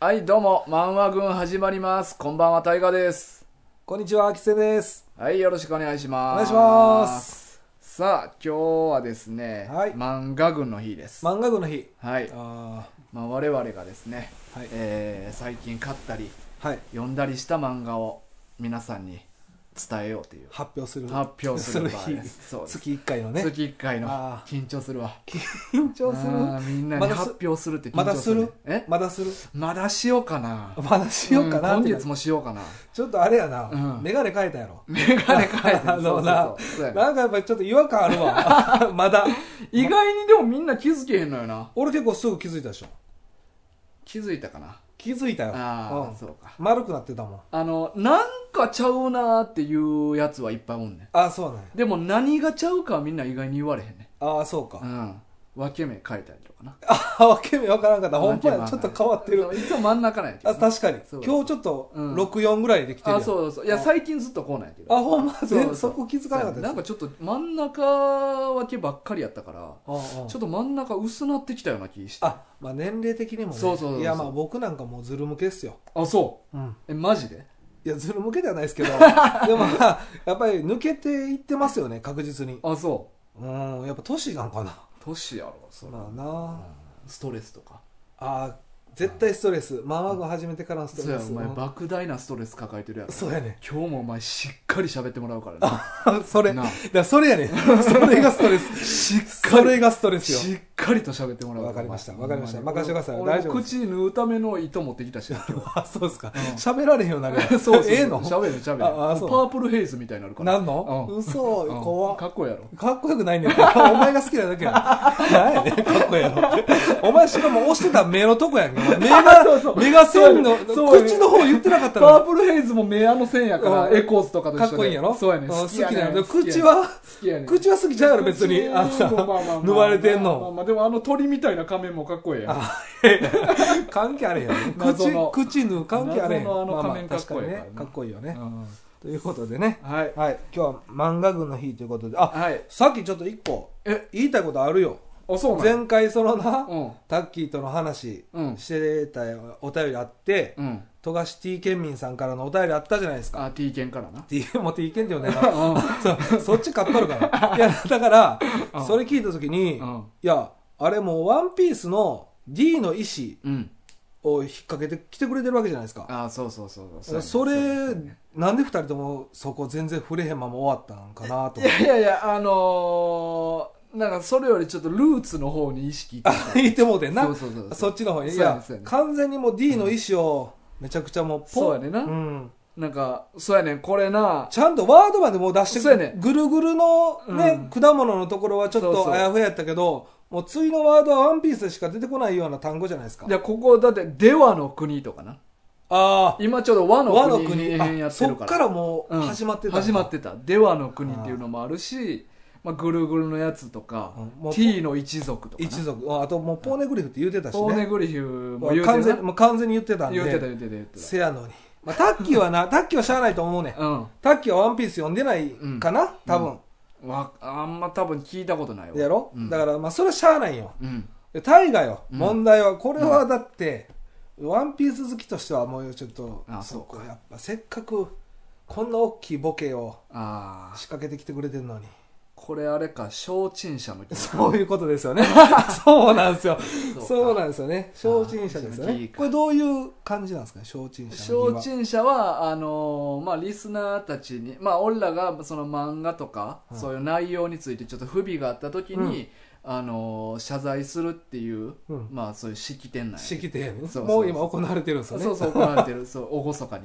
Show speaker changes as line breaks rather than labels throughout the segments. はい、どうも、漫画軍始まります。こんばんは、タイガーです。
こんにちは、きせです。
はい、よろしくお願いし
お
ま
願い
す。
します。
さあ、今日はですね、
はい
漫画軍の日です。
漫画部の日。
はい、
あ
まあ、我々がですね、
ーはい。
えー最近買ったり、
はい。
読んだりした漫画を皆さんに伝えようという、
発表する。
発表する場合
する
で
日
す。そうです。
月1回のね。
月1回の
あ
緊張するわ。
緊張す
あ
る
ーみんなに
まだす
発表するって緊
ま
張
だ
す
す
る。
る
え
まだする
まだしようかな。
まだしようかな
う
っ
ん
て
今
感
月
じ。
もしようかな。
ちょっとあれやな
うん。
メガネ変えたやろ。
メガネ変えて
あ の
そうそう
な
そうそうやね
なんかやっぱりちょっと違和感ある わ。まだ。
意外にでもみんな気づけへんのよな
俺結構すぐ気づいたでしょ。
気づいたかな
気づいたよ。
ああ
うん
そうか
丸くなってたもん。
あのなんかちゃうなーっていうやつはいっぱいおんね
ああ、そうね
ん。でも何がちゃうかはみんな意外に言われへんね
ああ、そうん
う
か。
ん分け目変えたりとかな
ああ、わけ目わからんかった。ほんまや。
わ
ち
けわ
ょっ
から
と
ん
変わってる
そ。ういつも真ん中なんやけど
あ確かに
そう
今日ちょっと
うん
64ぐらいできてるや
あ
ん
そうそういや
あ
最近ずっとこうなんやけど
あほんま
そう
そそこ気づかなかった
そうやね
です
なんかちょっと真ん中分けばっかりやったから
ああ
ちょっと真ん中薄なってきたような気して
あまあ年齢的にもね
そうそうそうそう
やまあ僕なんかもうズル向けですよ
あそ
うん
うえマジで
いやズル向けではないで すけどでもまあやっぱり抜けていってますよね確実に
あそ
うんやっぱ年なんかな
う年やろそれ
まあな
ストレスとか
あ絶対ストレスママが始めてからのス
そ
ト
う
レ
や
ス
お前
うん
莫大なストレス抱えてるやろ
そうやね
今日もお前しっかり喋ってもらうからな
それ
な
だからそれやね それがストレス
しっ
それがストレスよ
しっかりと喋ってもらう
わかりました
お前
わかりました
ほんに
任せてください
俺
大丈夫です
口縫うための糸持ってきたし
あ そうですか
うん
喋、られへんようになる
そうそうそう
ええの
喋る喋る
ああそう
もうパープルヘイズみたいになるから
なんの、
うん
嘘、
うん
怖っ
かっこいいやろ
かっこよくないねん けどお前が好きなだけやん。なんやねん、かっこええのって。お前しかも押してた目のとこや んけ。目が、目が線の、
そうやねん
口の方言ってなかった
パー
の
プルヘイズも目あの線やから
うん
エコーズとかと
に。
一緒で
かっこいいんやろ
そうやねん
ん好きな
やねん
の。
好きやねん
口は、
好きやねん
口は好きちゃうやろ、別に。あん
ま
た、
あまあまあ
縫われてん
まあ
の。
まあでもあの鳥みたいな仮面もかっこええやん
関係あれへんやろ。
謎
口
の、
口ぬ関係あれへん。
謎のあの
まま
仮面かっこええからな
確かにねかっこいいよね。
うん
ということでね。
はい
はい。今日は漫画軍の日ということで。あ、
はい
さっきちょっと一個、
え
言いたいことあるよ。
あそうなんや
前回そのな、
うん
タッキーとの話
うん
してたよお便りあって、
うん
富樫 T 県民さんからのお便りあったじゃないですか。
あ T 犬からな
T もう T 県って呼んで
う
た
ん
そそっち買っと るから。いや、だから
うん、
それ聞いたときに、
うん
いや、あれもうワンピースの D の意思
うん
を引っ掛けてきてくれてるわけじゃないですか。
ああそうそうそううやね
それ
うやね、
なんで二人ともそこ全然触れへんまま終わったんかなと
い
思
や
って。
いやいやあのーなんかそれよりちょっとルーツの方に意識いって
あ 言ってもうてんな。
そうそうそう
そっちの方に。い
そうやね
や
そうやね、
完全にもう D の意思をめちゃくちゃもうポン
そうやねんな
うん
なんかそうやねんこれな
ちゃんとワードまでもう出して
そうやね
ぐるぐるの
う
ね、果物のところはちょっ
そうそう
とあやふややったけど、もう次のワードはワンピースでしか出てこないような単語じゃないですか
い。やここだって「ではの国」とかな
あ
今ちょうど「和
あ、
の
和の
国」
国。
編や
あ
って
そ
る
っ
か
かららもう
うん
始まってた。
始まってた「ではの国」っていうのもあるしまあ、ぐるぐるのやつとか
うん
「
もう
T の一族」とかな
一族。ああともうポーネグリフって言ってたし
ポーネ
ね。
グリフも
もう
言う
完
て
全
な
にもう完全に言ってたん
言うてた
で。
言うてた言うて
せやのに。まあ、タッキーはな、タッキーはしゃあないと思うねん。
たうん
タッキーはワンピース読んでないかな多分。
わあんま多分聞いたことないわ
やろ
うん、
だからまあそれはしゃあないよ。
うん
で大河よ、
うん
問題はこれはだって、ワンピース好きとしてはもうちょっと
あそうか
こやっぱせっかくこんな大きいボケを
ああ
仕掛けてきてくれてるのに
これあれか消沈者の気
そういうことです よねそうなんですよ
そ
そうう
か
なんですよね精進者ですよ
あー精進
ね
か
これどういう感じなんですかね精進者の
消
儀は
沈者はあのーまあリスナーたちにまあ俺らがその漫画とか、
うん
そういう内容についてちょっと不備があった時に、あのー謝罪するっていう、
うん
まあそういう式典なんや
式典やね
そうそう
もう今行われてるんですよね
そうそう行われてるそう厳 かに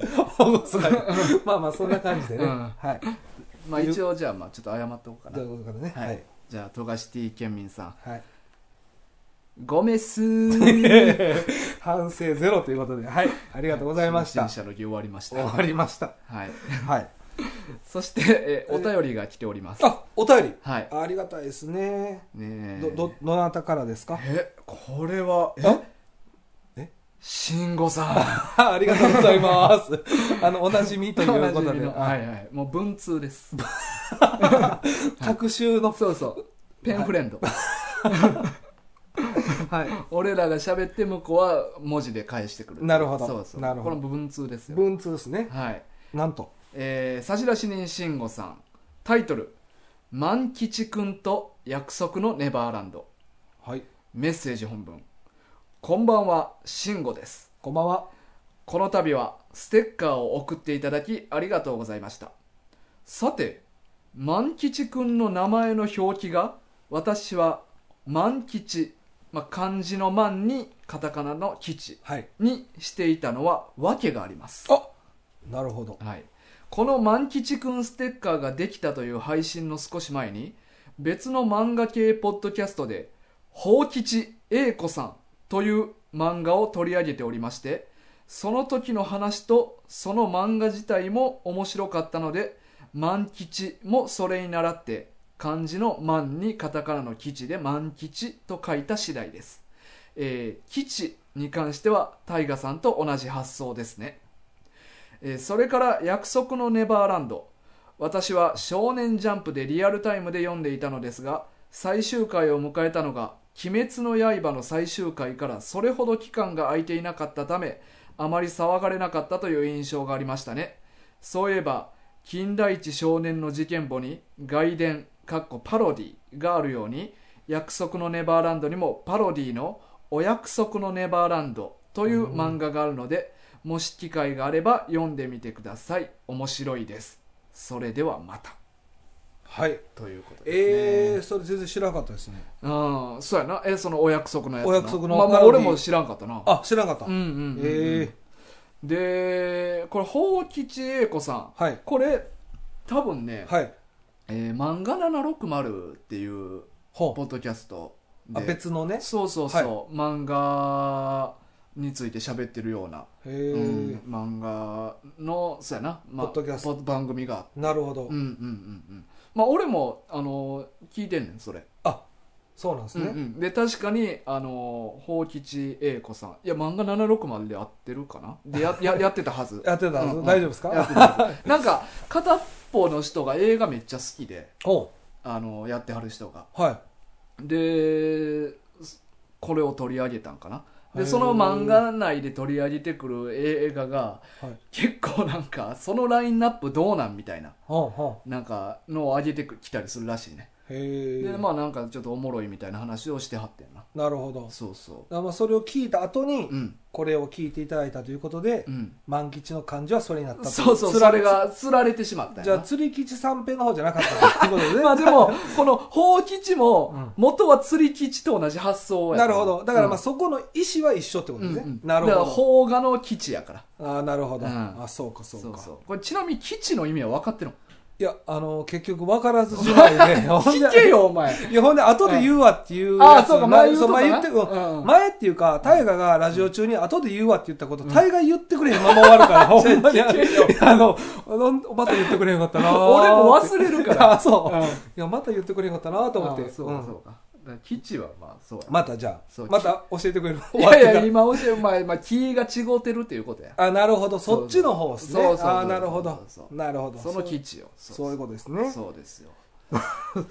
まあまあそんな感じでね、
うん
はい
まあ一応じゃあまあちょっと謝っておこうか
とい
な
うことでね
は
はいい、
じゃあ富樫 T 県民さん
はい
ごめっす ー
反省ゼロということではいありがとうございまし
消
た
沈者の儀終わりまし
終
た
わりました
はい
はい
そしてえお便りが来ております
あお便り
はい
ありがたいですね。
ねえ
ど、ど、どなたからですか
えこれは
あ
慎吾さん
ありがとうございます。 あの、おなじ みというこ
おな
と
じみ
で、
の はいはいもう文通です
各週の、
そうそうペンフレンド、
はい はい
俺らが喋って向こうは文字で返してくる
なるほど
そうそう
なるほど
この文通ですよ
文通ですね
はい
なんと
えー、差出人慎吾さんタイトル「万吉くんと約束のネバーランド
はい」
メッセージ本文こんばんは慎吾です
こんばんは
この度はステッカーを送っていただきありがとうございましたさて万吉くんの名前の表記が私は万吉、まあ、漢字の万にカタカナの吉
はい
にしていたのは訳があります
あなるほど
はい、この万吉くんステッカーができたという配信の少し前に別の漫画系ポッドキャストで「宝吉英子さん」という漫画を取り上げておりましてその時の話とその漫画自体も面白かったので万吉もそれに倣って漢字の万にカタカナの吉で万吉と書いた次第です、えー、吉に関しては大ガさんと同じ発想ですねえーそれから約束のネバーランド私は少年ジャンプでリアルタイムで読んでいたのですが最終回を迎えたのが鬼滅の刃の最終回からそれほど期間が空いていなかったためあまり騒がれなかったという印象がありましたねそういえば金田一少年の事件簿に外伝かっこパロディがあるように約束のネバーランドにもパロディのお約束のネバーランドという漫画があるので、もし機会があれば読んでみてください面白いですそれではまた
はい
ということですね
えー、それ全然知らなかったですね
うんそうやなえそのお約束のやつな
お約束の
まあ、ま
パ
あ
ロ
俺
ディ
も知らんかったな
あ知らなかった、
うんうん、うん
え
でこれ宝吉英子さん
ー、はい
これ多分ね、
はい
えー漫画760っていう
ほう
ポッドキャスト
あ
で
別のね
そうそうそう、漫画について喋ってるような、
へえ
う
ー
ん、漫画のそうやな、まあ、
ポッドキャスト
ポ番組があって
なるほ
う
ど、
んうんうんうんまあ俺もあの聞いてんねんそれ、
あそうなんです
うん
ね、
うん、で確かにあの宝吉英子さんいや漫画76まで合ってるかなでやややってたはず
やってた、
うんうん
大丈夫です
やっ
か
てたはずなんか片っぽの人が映画めっちゃ好きで
ほ
あのやってはる人が
うはい
ですこれを取り上げたんかな
へ
で
ー
その漫画内で取り上げてくる映画が
はい
結構なんかそのラインナップどうなんみたいな
ほうほ
なんかのを上げてきたりするらしいね
うへえ
でまあなんかちょっとおもろいみたいな話をしてはってんな
なるほど
そうそ
あまあそれを聞いた後に、
ううん
これを聞いていただいたということで、
うん
万吉の漢字はそれになったと
そうそう
つ
そ
ら
れがつられてしまったん
じゃ
や
あ
な
釣り吉三平の方じゃなかったということで ね
ま あでもこの法吉
う
も
ん
元は釣り吉と同じ発想や
なるほどだからまあ
あ
そこの意思は一緒ってことですね、なる
だから
ほ
法画の基地やから
どあーなるほど、
うん
あそうかそ
そうう
か
そうこれちなみに基地の意味は分かってるの
いやあのー結局分からずじま いでほんで
聞けよお前
いやほんで後で言うわっていう
あ
や
あ
つ
そうか前
前
言うと
そう
った
前言
な
ってうん
うん
前っていうか、大河がラジオ中に後で言うわって言ったこと、大河言ってくれへんまま終わる から、ほんまに。
いやいやいや
あの、また言ってくれへんかったなーって
俺も忘れるから
あ、そう。
うん
いや、また言ってくれへんかったなーと思って。
あそうか
ん
そうかだから基地はまあそうやな
またじゃあ
そう、
また教えてくれ
い
る。
やいや
終わって
今教えお前まあ気が違うてるっていうことや
からあ、なるほど。そっちの方です
そ
ね。
うそうそう
あーなるほ
そう
ど
そう。そう
なるほど。
その基地を
そう
そ
そういうことですね。
そうですよ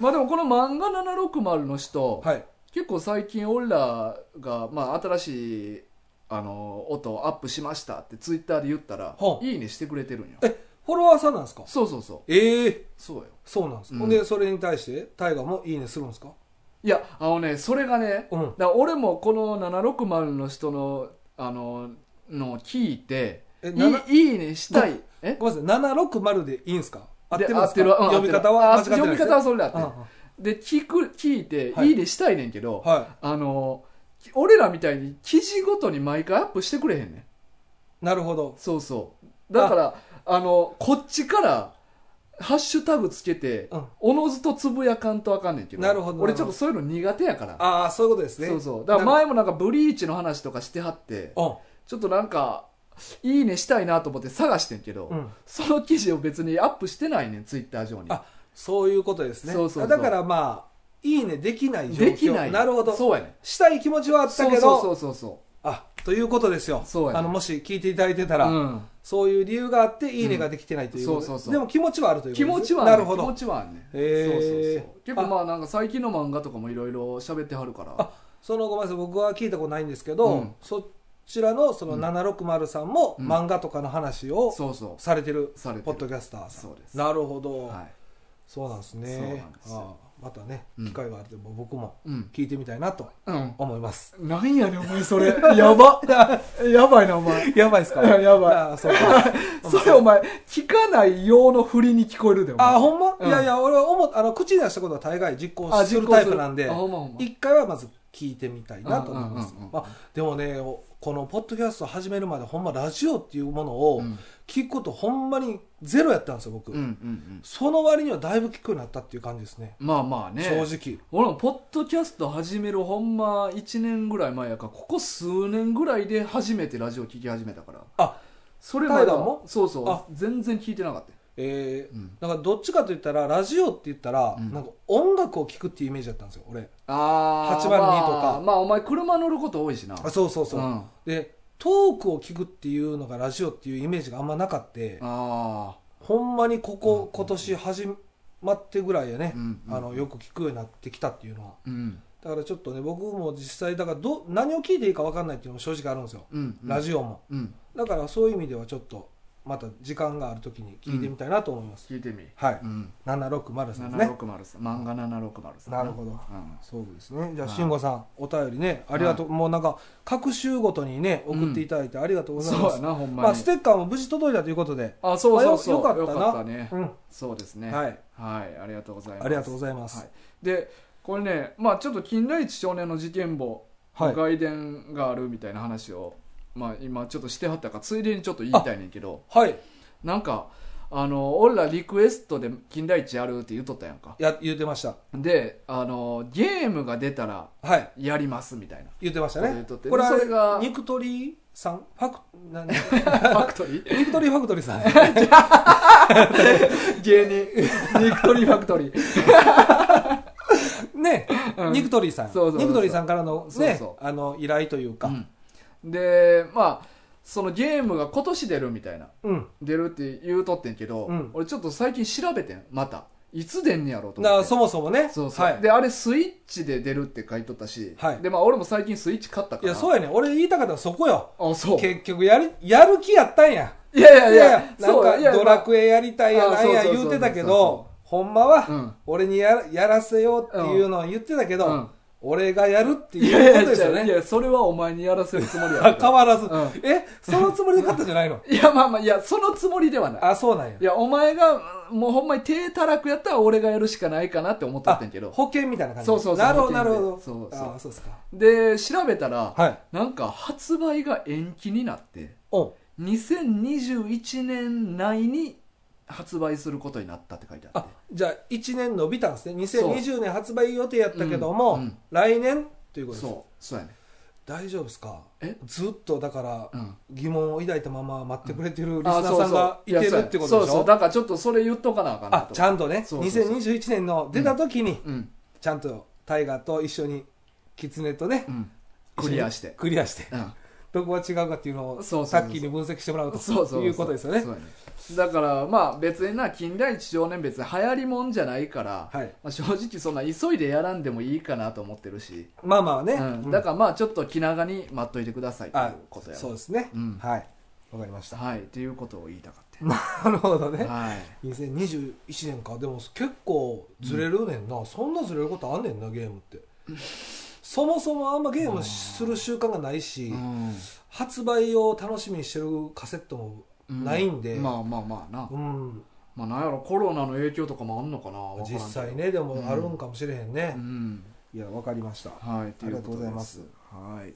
まあでもこの漫画760の人、
はい。
結構最近俺らが、まあ、新しいあの音をアップしましたってツイッターで言ったら「
ほう
いいね」してくれてるんよ
え、フォロワーさんなんですか
そうそうそう
ええ、
そうよ
そうなんです
う
か。
ん
ほんで、それに対して、大河もいいねするんですか
いやあのねそれがね、
うん
だから俺もこの760の人のあののを聞いて
え
い
七
いいいねしたいえ
ごめんなさい、760でいいんですか合ってるんですか
で合うん
読み方は
合
間
っ
違ってて
るあ
ない
読み方はそれだっ
う
て、
んうん
で聞く聞いて、
はい
い、いねしたいねんけど、
は
あのき俺らみたいに記事ごとに毎回アップしてくれへんねん
い。なるほど。
そうそうだからあのこっちからハッシュタグつけて、
うん
おのずとつぶやかんとあかんねんけど
なるほど
俺ちょっとそういうの苦手やから
ああ、そういうことですね。
そうそうだから
なる
前もなんかブリーチの話とかしてはって
ほ
ちょっとなんかいいねしたいなと思って探してんけど、
どうん。
その記事を別にアップしてないねんツイッター上に
あそういうことですね。
そうそうそう
だからまあ、いいねできない状況。
できない
なるほど。
そうやねん
したい気持ちはあった
そ
け
う
ど、
そうそうそ
あ、ということですよ。
そうやね
あの、もし聞いていただいてた
う、
ら、
うん、
そういう理由があって、いいねができてないということ
うんそうそうそう
でも気持ちはあるという
気
こと
持
です
ちはあんね
なんるほ
気持
ど。
ちはあんねん
へー
そうそうそう結構まあなんか最近の漫画とかもいろいろ喋ってはるから
あそのごめんなさい僕は聞いたことないんですけど、
うん
そちらのその760さんも
うん
漫画とかの話を
そうそう
されてる
されて
ポ
る
ッドキャスターさん
そうです
なるほど、
はい
そうなんですね
そうなんですよ
ああまたね
うん
機会があれば僕も
うん
聞いてみたいなと
うん
思います、
なんやねんお前それ やばやばいなお前
やばいですか
やばい
ああそうか
それお前聞かない用の振りに聞こえるでお前
ああほんま、
うん
いやいや俺は思っあの口に出したことは大概実行
あ
す
実
る
行
タイプなんで
あほんまほんま
一回はまず聞いてみたいなと思います、
うんうんうんうん
まあ、でもねおこのポッドキャスト始めるまでほんまラジオっていうものを
うん
聞くことほんまにゼロやったんですよ僕、
うんうんうん
その割にはだいぶ聞くようになったっていう感じですね
まあまあね
正直
俺もポッドキャスト始めるほんま1年ぐらい前やからここ数年ぐらいで初めてラジオ聞き始めたから
あ
それまで
タイガーも
そうそ
あ
う全然聞いてなかったよ
えー
うん
なんかどっちかと言ったらラジオって言ったら、
うん
なんか音楽を聞くっていうイメージだったんですよ俺
ああ
802とか
まあ、まあお前車乗ること多いしな
あそうそうそう、
ん、あ
でトークを聞くっていうのがラジオっていうイメージがあんまなかって
あ
ほんまにこ
うん
こ今年始まってぐらいやね、
うんうん
あのよく聞くようになってきたっていうのは
うん
だからちょっとね僕も実際だからど何を聞いていいか分かんないっていうのも正直あるんですよ、
うん
ラ
ジ
ジオも
オうん
だからそういう意味ではちょっとまた時間がある時に聞いてみたいなと思います、
聞いてみ
はい、
うん
760さんですね
760さん漫画760さん
なるほど
うん
そうですねじゃあ
はい
慎吾さんお便りねありがとう、もうなんか各週ごとにね送っていただいてありがとうございま
そう
す、
やなほんま
ま
に、
あ、ステッカーも無事届いたということで、
あそうそうそう
まあよよかったな
ね
うん
そうですね
はい
はい、ありがとうございます
ありがとうございます、
はい、でこれねまあちょっと金田一少年の事件簿、
はい
外伝があるみたいな話をまあ今ちょっとしてはったからついでにちょっと言いたいねんけど
はい
なんかあの俺らリクエストで金田一やるって言っとったやんか
や言ってました
であのゲームが出たら
はい
やりますみた いな
言ってました
言
ね
っとって
これは
それが
ニクトリーさんファク何 ニ
ファクトリー
クトリーファクトリーさん
芸人ニクトリーファクトリー
ね、
うん
ニクトリーさん
そうそうそう
ニクトリーさんからの,、ね、
そうそ
あの依頼というか、
うんでまあそのゲームが今年出るみたいな
うん
出るって言うとってんけど、
うん
俺ちょっと最近調べてんまたいつ出んねやろうと
だか
思っ
ら
て
そもそもね
そうそう、
はい、
であれスイッチで出るって書いとったし、
はい
でまあ俺も最近スイッチ買ったか
い
ら
やそうやね俺言いたかったのはそこよ
あそう
結局やるやる気やったんや
いやいやいや
なん
そういや
かドラクエやりたいや
まあ
なんや
そうそうそう
言うてたけ
そうそ
どほんまは、
うん
俺にややらせようっていうのを言ってたけど、
うん
俺がやるって
いやい
いう
や
ことですよ
いや
ね
いやそれはお前にやらせるつもりやか
あ
ら
変わらず、
うん
えそのつもりで勝ったんじゃないの
いやまあまあいやそのつもりではない
あそうなんや
いやお前がもうほんまに手たらくやったら俺がやるしかないかなって思っと
あ
ってんけど
保険みたいな感じ
そうそうそう
なるほど
保険
な
で
るほど
そうそう
あそうですか
で調べたら、
はい
なんか発売が延期になって
お
2021年内に発売することになったって書いてあっ
あ
て
じゃあ1年伸びたんですね2020年発売予定やったけど
う
も、
んうん
来年ということで
そ
す
うそうやね
大丈夫ですか
え
ずっとだから、
うん
疑問を抱いたまま待ってくれてるリスナ
あ
ーさんがいてるってこと
そう
でし
そう
ょ
だからちょっとそれ言っとかなあかんな
あ
と
ちゃんとね
そうそうそう
2021年の出た時に
うん
ちゃんとタイガーと一緒にキツネとね
うんクリアして
クリアして
うん
どこが違うかっていうのを
そうそうそう
さっきに分析してもらうと
そうそうそう
いうことですよね
そうやねだからまあ別にな近代一少年別に流行りもんじゃないから、
はい
まあ、正直そんな急いでやらんでもいいかなと思ってるし、
まあまあね、
うん、だからまあちょっと気長に待っといてくださいとい
あ
うことや
そうですね、
うん
はいわかりました
はいっていうことを言いたかっ
なるほどね
た、はい
2021年かでも結構ずれるねんな、そんなずれることあんねんなゲームってそもそもあんまゲームする習慣がないし、
うん
発売を楽しみにしてるカセットもないんで、
うまあまあまあな、
うん
まあ、なんやろコロナの影響とかもあんのかなわからんけど
実際ねでもあるんかもしれへんね
う、ん
いやわかりましたあ
はいという
りが
ことと
う
で
ございます
はい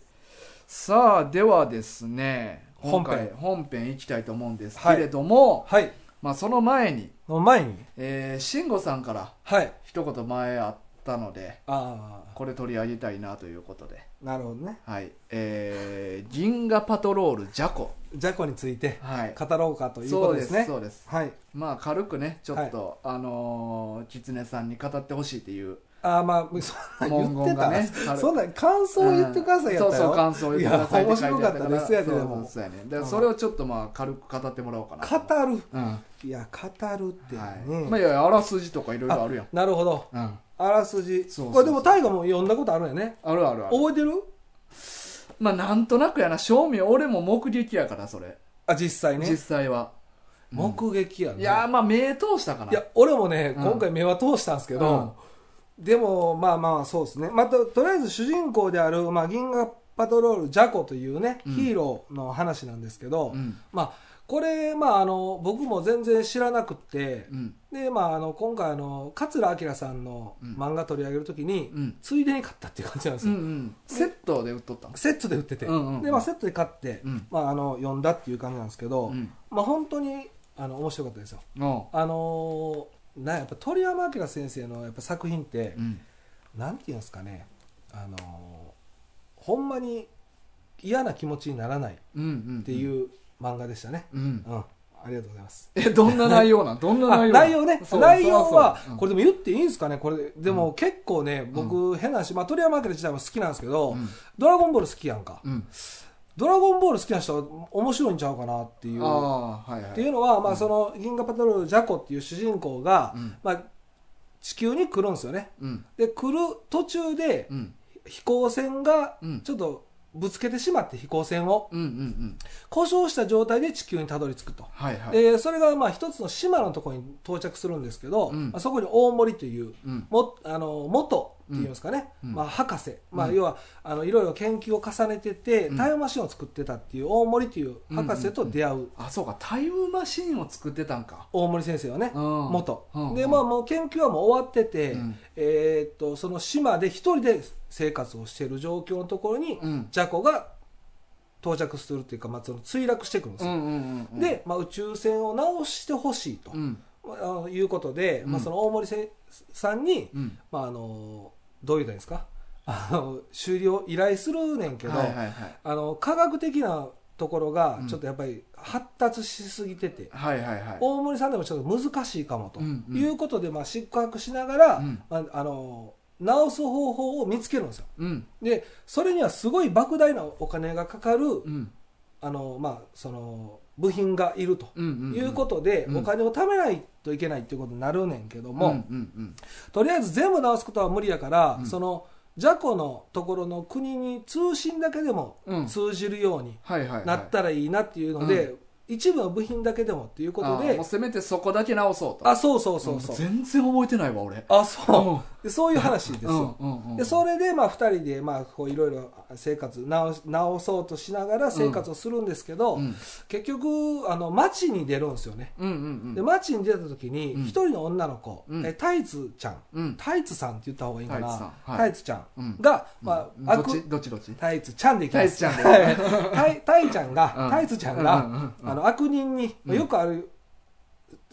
さあではですね
本編
今回本編いきたいと思うんですけれども、
はい
まあ、その前に、
の前に
えー、慎吾さんから
はい
一言前あったので
あ
これ取り上げたいなということで
あなるほどね
はいえー、銀河パトロールジャコ
ジャコについて
はい
語ろうかというこ
そ
と
う
で
です
すね
そうです
はい
まあ軽くねちょっと、あのー、狐さんに語ってほしいっていう
あーまあそんなん言ってた、
文言がねある
そんなん感想言ってくださいやったよ、
そうそう感想言ってください
いや面白かったですやで
そうそう
も
そうやねだからそれをちょっとまあ軽く語ってもらおうかな
語る
うん
いや語るってね、
はいまあいやいやあらすじとかいろいろあるやん
なるほど
うん
あらすじ
そうそうそう
これでも大河も読んだことあるよね
あるあるある
覚えてる
まあなんとなくやな正味俺も目撃やからそれ、
あ実際ね
実際は
目撃やね
いやーまあ目通したかない
や俺もね、
うん
今回目は通したんですけど、でもまあまあそうですね、まあ、ととりあえず主人公である、まあ、銀河パトロールジャコというね、
うん
ヒーローの話なんですけど、
うん
まあこれ、まあ、あの僕も全然知らなくって
うん
で、まあ、あの今回あの桂明さんの
うん
漫画取り上げるときに、
うん
ついでに買ったっていう感じなんです
うんう
よ、
んセットで売っとったん
セットで売ってて、
うんうんうん
でまあ、セットで買って、
うん
まあ、あの読んだっていう感じなんですけど、
うん
まあ、本当にあの面白かったですよ
お
あのーなやっぱ鳥山明先生のやっぱ作品って
う、うん
なんていうんですかね、あのーほんまに嫌な気持ちにならないっ
うんうんって
いう漫画でしたね、
うん
うんありがとうございます
えどんな内 容なんどんな
あ
内容
内容ね
そう
内容は
そうそううん
これでも言っていいんですかねこれで
う
も結構ね僕変な話、まあ、鳥山明自体も好きなんですけど、
うん
ドラゴンボール好きやんか、
うん
ドラゴンボール好きな人は面白いんちゃうかなっていう
ああはいはい
っていうのは、まあ、その銀河パトロールジャコっていう主人公が、
うん
まあ、地球に来るんですよね
うん
で来る途中で
うん
飛行船が
うん
ちょっとぶつけてしまって飛行船を
うんうんうん
故障した状態で地球にたどり着くと、
はいはい
でそれがまあ一つの島のところに到着するんですけど、
うん
まあそこに大森という
うん
もあの元っていうんですかね、
うん
まあ、博士、まあ、
うん
要はあのいろいろ研究を重ねてて、
うん
タイムマシンを作ってたっていう大森という博士と出会う、
あそうかタイムマシンを作ってたんか
大森先生はね、元、
うん
でまあもう研究はもう終わってて、
うん
えーっとその島で一人で生活をしている状況のところに、
うん
ジャコが到着するっていうか、まあ、その墜落してくるんです
うんう
よ、
んうんうん
で、まあ、宇宙船を直してほしいと、
うん
まああのいうことで、
うん
まあ、その大森せさんに、
うん
まあ、あのどう言うたらいいんですか あの修理を依頼するねんけど、
はいはいはい
あの科学的なところが
うん
ちょっとやっぱり発達しすぎてて、
はいはいはい
大森さんでもちょっと難しいかもと
うんうん
いうことで、まあ、失格しながら、
うん
まあ、あの直す方法を見つけるんですよ
うん
でそれにはすごい莫大なお金がかかる、
うん
あのまあ、その部品がいると。
うんうんうん
いうことで、
うん
お金を貯めないといけないっていうことになるねんけど
うん
も、
うんうん
とりあえず全部直すことは無理やから、
うん
そのジャコのところの国に通信だけでも
うん
通じるように
はいはいはい
なったらいいなっていうので、一部の部品だけでもっていうこと
あー
で
もうせめてそこだけ直そうと
あそうそうそうそう、
全然覚えてないわ俺
あそう
う
でそういう話ですよ、
うんうんうん
でそれでまあ2人でまあこういろいろ生活直し直そうとしながら生活をするんですけど、
うん
結局あの街に出るんですよね
うんうん
で街に出た時に
うん
一人の女の子、
うん
えタイツちゃん
うん
タイツさんって言った方がいいかな
タイツさんはい
タイツちゃん
うん
が、まあ、
どっ
悪
ちどっちどっち
タイツちゃんでいきます
タイツち
はいタイタイちゃんが、
うん
タイツちゃん
うん
が、
うんうん
あの悪人に、
うん
よくある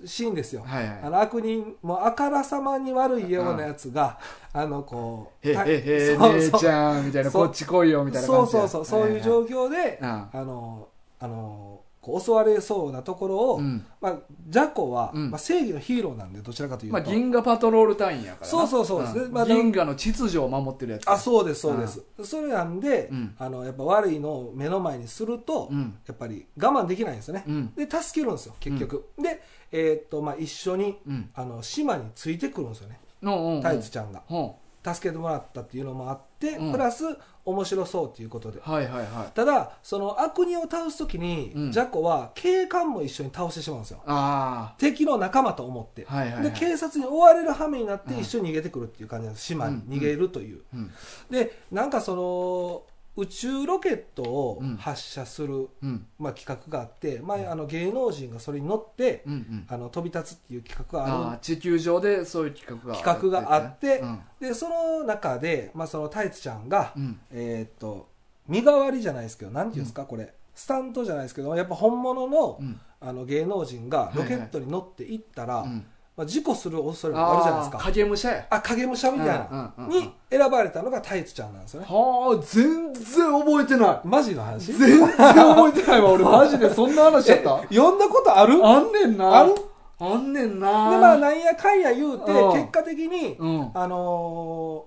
シーンですよ、
はいはい
あの悪人もうあからさまに悪いようなやつが、あのこう
へ
た
へへ
そう
姉
そう
ちゃんみたいな
そ
こ
う
っち来いよみたいな
そ
感
う
じや
そうそうそういう状況で、
うん
あのあのこう襲われそうなところを、
うん
まあ、ジャコは、
うん
まあ、正義のヒーローなんでどちらかという
ま
と、
あ銀河パトロール隊員やからな
そうそうそうです
ん
まあ
銀河の秩序を守ってるやつ
あそうですそうです、それなんで、
うん
あのやっぱ悪いのを目の前にすると、
うん
やっぱり我慢できないんですよね、
うん
で助けるんですよ結局、で、えーっとまあ、一緒に
うん
あの島についてくるんですよね、
のうんうん
タイツちゃんが
ほ
助けてもらったっていうのもあって、
うん
プラス面白そうということで
うはいはいはい
ただその悪人を倒す時に、
うん
ジャコは警官も一緒に倒してしまうんですよ
あ
敵の仲間と思って、
あはいはいはい
で警察に追われる羽目になっ
う
て
ん
一緒に逃げてくるっていう感じなんです島に
うん
逃げるという、
うん
でなんかその宇宙ロケットを
うん
発射する、
うん
まあ、企画があって、まあ、あの芸能人がそれに乗って、
うんうん
あの飛び立つっていう企画があ
あ
る
ー地球上でそういう企画が
企画があって
うん
でその中で、まあ、そのタイツちゃんが、
うん
えーっと身代わりじゃないですけどなんていうんですか、これスタントじゃないですけどやっぱ本物の,、
うん
あの芸能人がロケットに乗っていったら、
うん
まあ、事故する恐れもあるじゃない
あ
です
あ
か
影武者や
あ影武者みたいな、
うんうんうんうん
に選ばれたのがタイツちゃんなんですよね
はあ全然覚えて ない
マジの話
全然覚えてないわ俺マジでそんな話やっ
え
た
呼んだことある
あんねんな
ある
あんねんな
でまあなんやかんや言うて
うん
結果的に、
うん
あの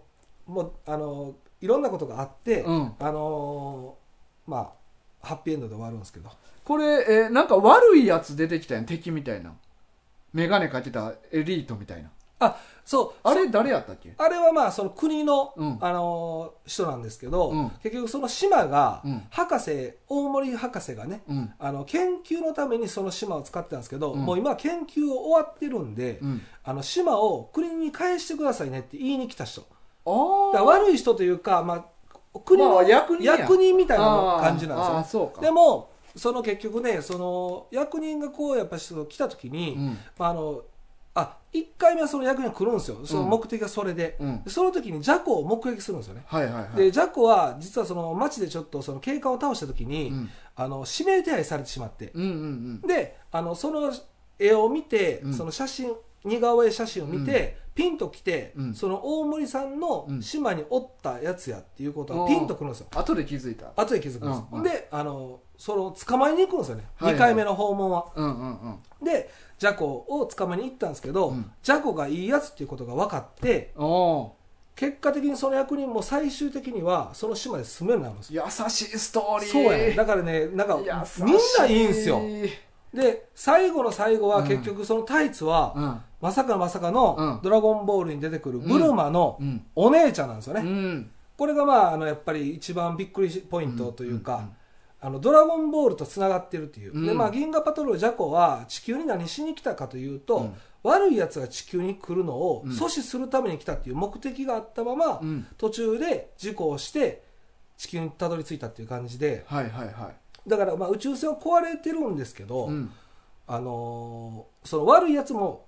ーもうあのーいろんなことがあって、
うん
あのーまあハッピーエンドで終わるんですけど
これ、えーなんか悪いやつ出てきたやん敵みたいな眼鏡かけたエリートみたいな
あそう
あれ誰やったっけ
あれはまあその国の、
うん
あのー人なんですけど、
うん
結局その島が、
うん
博士大森博士がね
うん
あの研究のためにその島を使ってたんですけど、
うん
もう今は研究を終わってるんで、
うん
あの島を国に返してくださいねって言いに来た人
あ
だ
ー
から悪い人というか、まあ、国の、
まあ役人や
役人みたい
あ
な
ー
感じなんですよ
あーそうか
でもその結局ねその役人がこうやっぱその来た時に、
うん
まあ、あのあ1回目はその役人が来るんですよその目的がそれで、
うん
でその時にジャコを目撃するんですよね、
はいはいはい
でジャコは実はその町でちょっとその警官を倒した時に、
うん
あの指名手配されてしまって、
うんうん
であのその絵を見て、
うん
その写真似顔絵写真を見て、ピンと来て、
うん
その大森さんの島におったやつやっていうこと
う
は
ん
ピンとくるんですよ、
うん後で気づいた
後で気づくんです、
うんうん
であのその捕まえに行くんですよね、
はいはい
2回目の訪問は
うんうんうん
でジャコを捕まえに行ったんですけど、
うん
ジャコがいいやつっていうことが分かって
お
結果的にその役人も最終的にはその島で住めるようになるんですよ
優しいストーリー
そうやねだからねなんかみん
優し
ないいんですよで最後の最後は結局そのタイツは、
うん
まさかまさか
うん
の「ドラゴンボール」に出てくるブルマの
うん
お姉ちゃんなんですよ
う
ね、
ん
これがまああのやっぱり一番びっくりポイントというか、
うんうん
あのドラゴンボールとつながってるっていう、
うん
でまあ、銀河パトロールジャコは地球に何しに来たかというと、
うん
悪いやつが地球に来るのを
うん
阻止するために来たっていう目的があったまま、
うん
途中で事故をして地球にたどり着いたっていう感じで
はいはいはい
だからまあ宇宙船は壊れてるんですけど、
うん
あのーその悪いやつも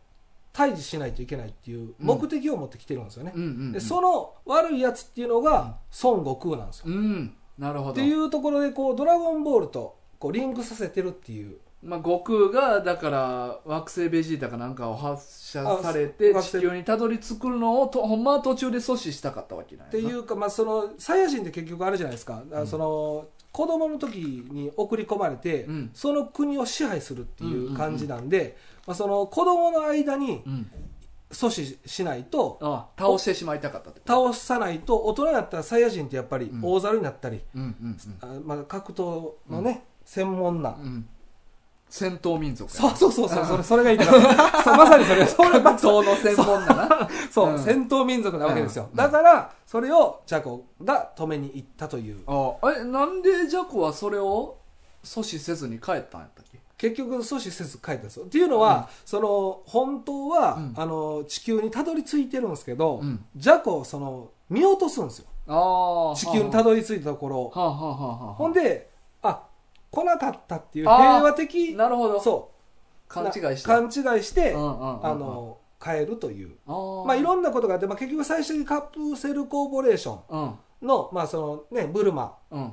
退治しないといけないっていう目的を持ってきてるんですよね、
うんうん
でその悪いやつっていうのが孫悟空なんですよ、
うんなるほど
っていうところでこう「ドラゴンボール」とこうリンクさせてるっていう
まあ、悟空がだから惑星ベジータかなんかを発射され
あ
て
惑星
地球にたどり着くのをとほんまは途中で阻止したかったわけなんやな
っていうか、まあ、そのサイヤ人って結局あるじゃないですか、あその子供の時に送り込まれて、
うん
その国を支配するっていう感じなんで、まあ、その子供の間に
うん、
阻止しないと
あ倒してしまいたかったって
倒さないと大人になったらサイヤ人ってやっぱり
うん
大猿になったり、
うんうん
あまあ、格闘のね、専門な、
うん、うん、戦闘民族や
そうそうそうそうそれそれがいいから そうまさにそれそれま
格
さに
闘の専門だな
そう、
うん
戦闘民族なわけですよ、
うん
だからそれをジャコが止めに行ったという
あえなんでジャコはそれを阻止せずに帰ったんやったっけ
結局阻止せず帰ったんですよっていうのは、その本当は、
うん
あの地球にたどり着いてるんですけど、
うん
ジャコをその見落とすんですよ
ああ
地球にたどり着いたところ、
はあはあはあはあ
ほんであ来なかったっていう
あー
平和的
なるほど
そう
勘違いして
勘違いして、
うんうんうんうん
あの変えるという、
あー
まあ、いろんなことがあって、まあ、結局最終的にカプセルコーポレーショ
うん
ンの,、まあそのね、ブルマ
うん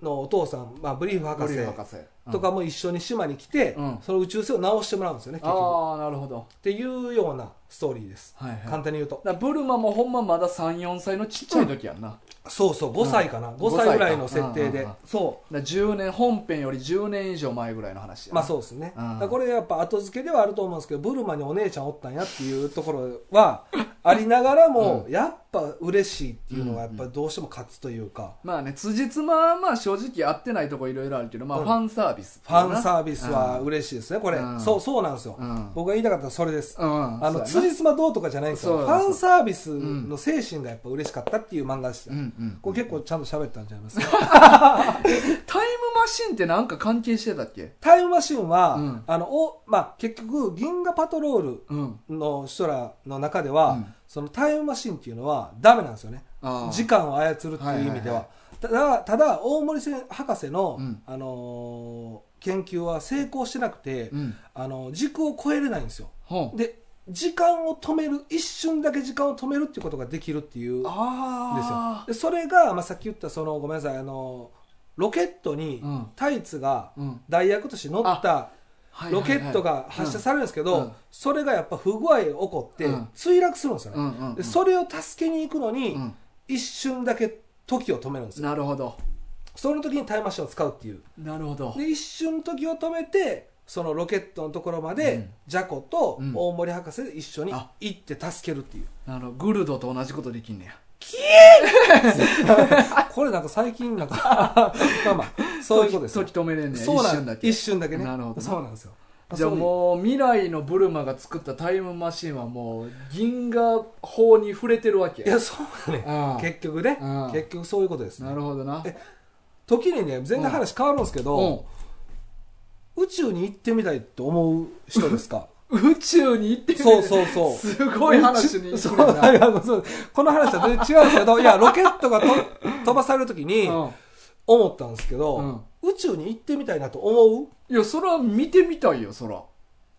のお父さん、まあ、ブリーフ博
ブリ
士
ーフ博士うん
とかも一緒に島に来て、
うん
その宇宙船を直してもらうんですよね結局っ
ああなるほど
ていうようなストーリーです
はいはい
簡単に言うと
だからブルマもほんままだ34歳のちっちゃい時やんな、だか
そうそう5歳かな、5歳ぐらいの設定
うんうん
で
うん
そ
ら10年本編より10年以上前ぐらいの話
う
やな
まあそうですね、
うん
だからこれやっぱ後付けではあると思うんですけどブルマにお姉ちゃんおったんやっていうところはありながらも、やっぱ嬉しいっていうのがやっぱどうしても勝つというか、
まあね辻褄はまあ正直合ってないとこいろいろあるけどまあ
うん
ファンサービスってい
フ
うな、
ァンサービスは
うん
嬉しいですね、これ、
うん
そうそうなんですよ、
うん
僕が言いたかったのはそれです、
うん
あの
そうや
辻褄どうとかじゃないんですよ、
そう
フ
そう
ァンサービスの精神がやっぱ嬉しかったっていう漫画でした、
なうんうん
これ結構ちゃんと喋ったんじゃないですか、
タイムマシンってなんか関係してたっけ
タイムマシンは、
うん
あのおまあ、結局、銀河パトロー
うん
ルの人らの中では、
うん
そのタイムマシンっていうのはダメなんですよね、
あー
時間を操るっていう意味では。ただただ大森せ博士の、
うん
あのー研究は成功してなくて、
うん
あの時空を超えれないんですよ
ほう
で時間を止める一瞬だけ時間を止めるっていうことができるっていうんですよ
ああ
でそれが、まあ、さっき言ったそのごめんなさいあのロケットに
うん
タイツが
うん
弾薬として乗った
はいはいはい
ロケットが発射されるんですけ
うんう
ど
ん
それがやっぱ不具合が起こって
うん
墜落するんですよ
う
ね
んうんうん
でそれを助けに行くのに
うん
一瞬だけ時を止めるんですよ
なるほど
その時にタイムマシンを使うっていう
なるほど
で一瞬時を止めてそのロケットのところまで、
うん
ジャコと
うん
大森博士で一緒に
あ
行って助けるっていう、
あのグルドと同じことできんねや
これなんか最近なんか まあまあそういうことですよ
時時止めれんねや
そう
一
な
瞬
ん
だけ
一瞬だけね
なるほどな
そうなんですよあ
じゃあ
そう
もう未来のブルマが作ったタイムマシンはもう銀河法に触れてるわけ
いやそうだね
ああ
結局ね
ああ
結局そういうことですね
なるほどな
え時にね全然話変わるんですけど、宇宙に行ってみたいと思う人ですか
うん、宇宙に行ってみる
そうそうそう
すごい話に
宇
行
宙そ
く
う
ねんな、
いやそう この話は全然違うんですけどいやロケット がと飛ばされる時に
うん
思ったんですけど、宇宙に行ってみたいなと思う
いやそれは見てみたいよそら、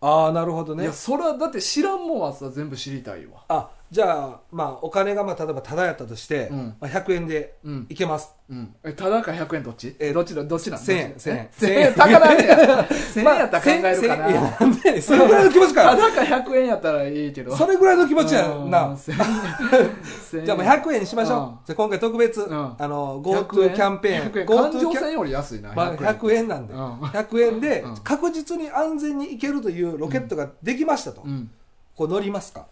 ああなるほど
い
ね
やそらだって知らんもんはさ全部知りたいわ
あじゃあまあお金がまあ例えばタダやったとして、
うん
まあ、100円で
うん
行けます、
うんえただか100円どっち
え
どっちだどっちなん
1000円
どっちえ
1000
1000
円
円高なんや1000円
まあ
やったら考えるかな、
1000いやなんでやねんそれぐらいの気持ちか
た
ら
だか100円やったらいいけど
それぐらいの気持ちや
う
な
ん1000円
じゃあもう100円にしましょう
うん。
じゃあ今回特別、
ん
あの、
100
GoTo キャンペーン。
100円
GoTo
環状
キャン
線より安いな、
まあ100円なんで。
うん
100円で
うん、
確実に安全に行けるというロケットができましたと。
うん
こう乗りますか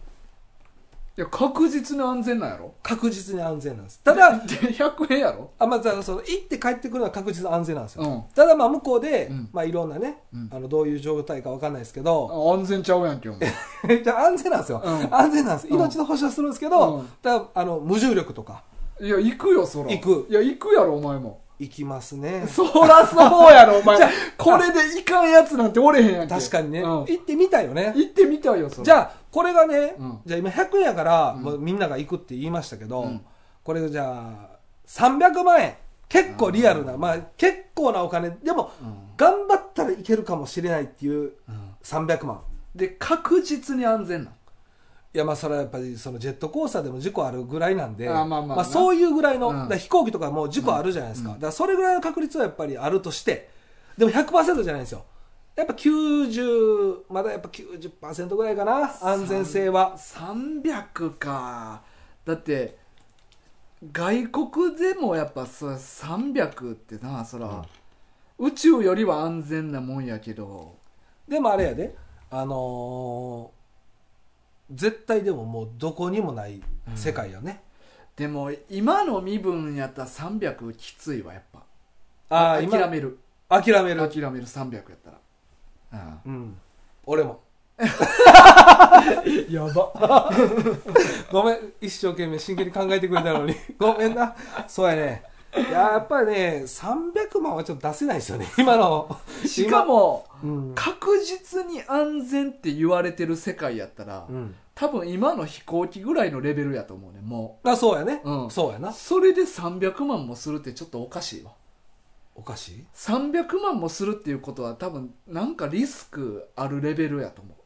いや確実に安全なんやろ
確実に安全なんです。ただ、
で100円や ろ
あまず、あのその、行って帰ってくるのは確実に安全なんですよ。
うん
ただ、まあ、向こうで、
うん
まあ、いろんなね、
うん
あの、どういう状態かわかんないですけど、
あ安全ちゃうやんけお 前
じゃあ安全なんですよ。
うん
安全なんです。命の保証はするんですけど、
うん
ただ、あの、無重力とか、
いや行くよそら
行く
いや行くやろお前も
行きますね。
そらそうやろお 前これで行かんやつなんておれへんやんけ
確かにね、
うん
行ってみたいよね。
行ってみたいよそら
じゃあこれがね、
うん
じゃあ今100円やから、
うん
もうみんなが行くって言いましたけど、
うん
これじゃあ300万円結構リアルなまあ結構なお金でも、
うん
頑張ったらいけるかもしれないっていう
うん
300万
で確実に安全なん
いやまあそれはやっぱりそのジェットコースターでも事故あるぐらいなんで
あまあまあまあ
そういうぐらいの、
うん
だから飛行機とかもう事故あるじゃないですか、だからそれぐらいの確率はやっぱりあるとしてでも100%じゃないんですよやっぱ90まだやっぱ90%ぐらいかな安全性は
300かだって外国でもやっぱそ300ってなそら、宇宙よりは安全なもんやけど
でもあれやで、あのー絶対でももうどこにもない世界やね、
でも今の身分やったら300きついわやっぱ
ああ今
諦める
諦める、
諦める300やったら、
うん、俺も
うん、 やば
ごめん一生懸命真剣に考えてくれたのに ごめんなそうやねいややっぱりね300万はちょっと出せないですよね今の
しかも
今うん、
確実に安全って言われてる世界やったら、
うん、
多分今の飛行機ぐらいのレベルやと思うねも
あそうやね、
うん
そうや
う
な
それで300万もするってちょっとおかしいわ
おかしい
300万もするっていうことは多分なんかリスクあるレベルやと思う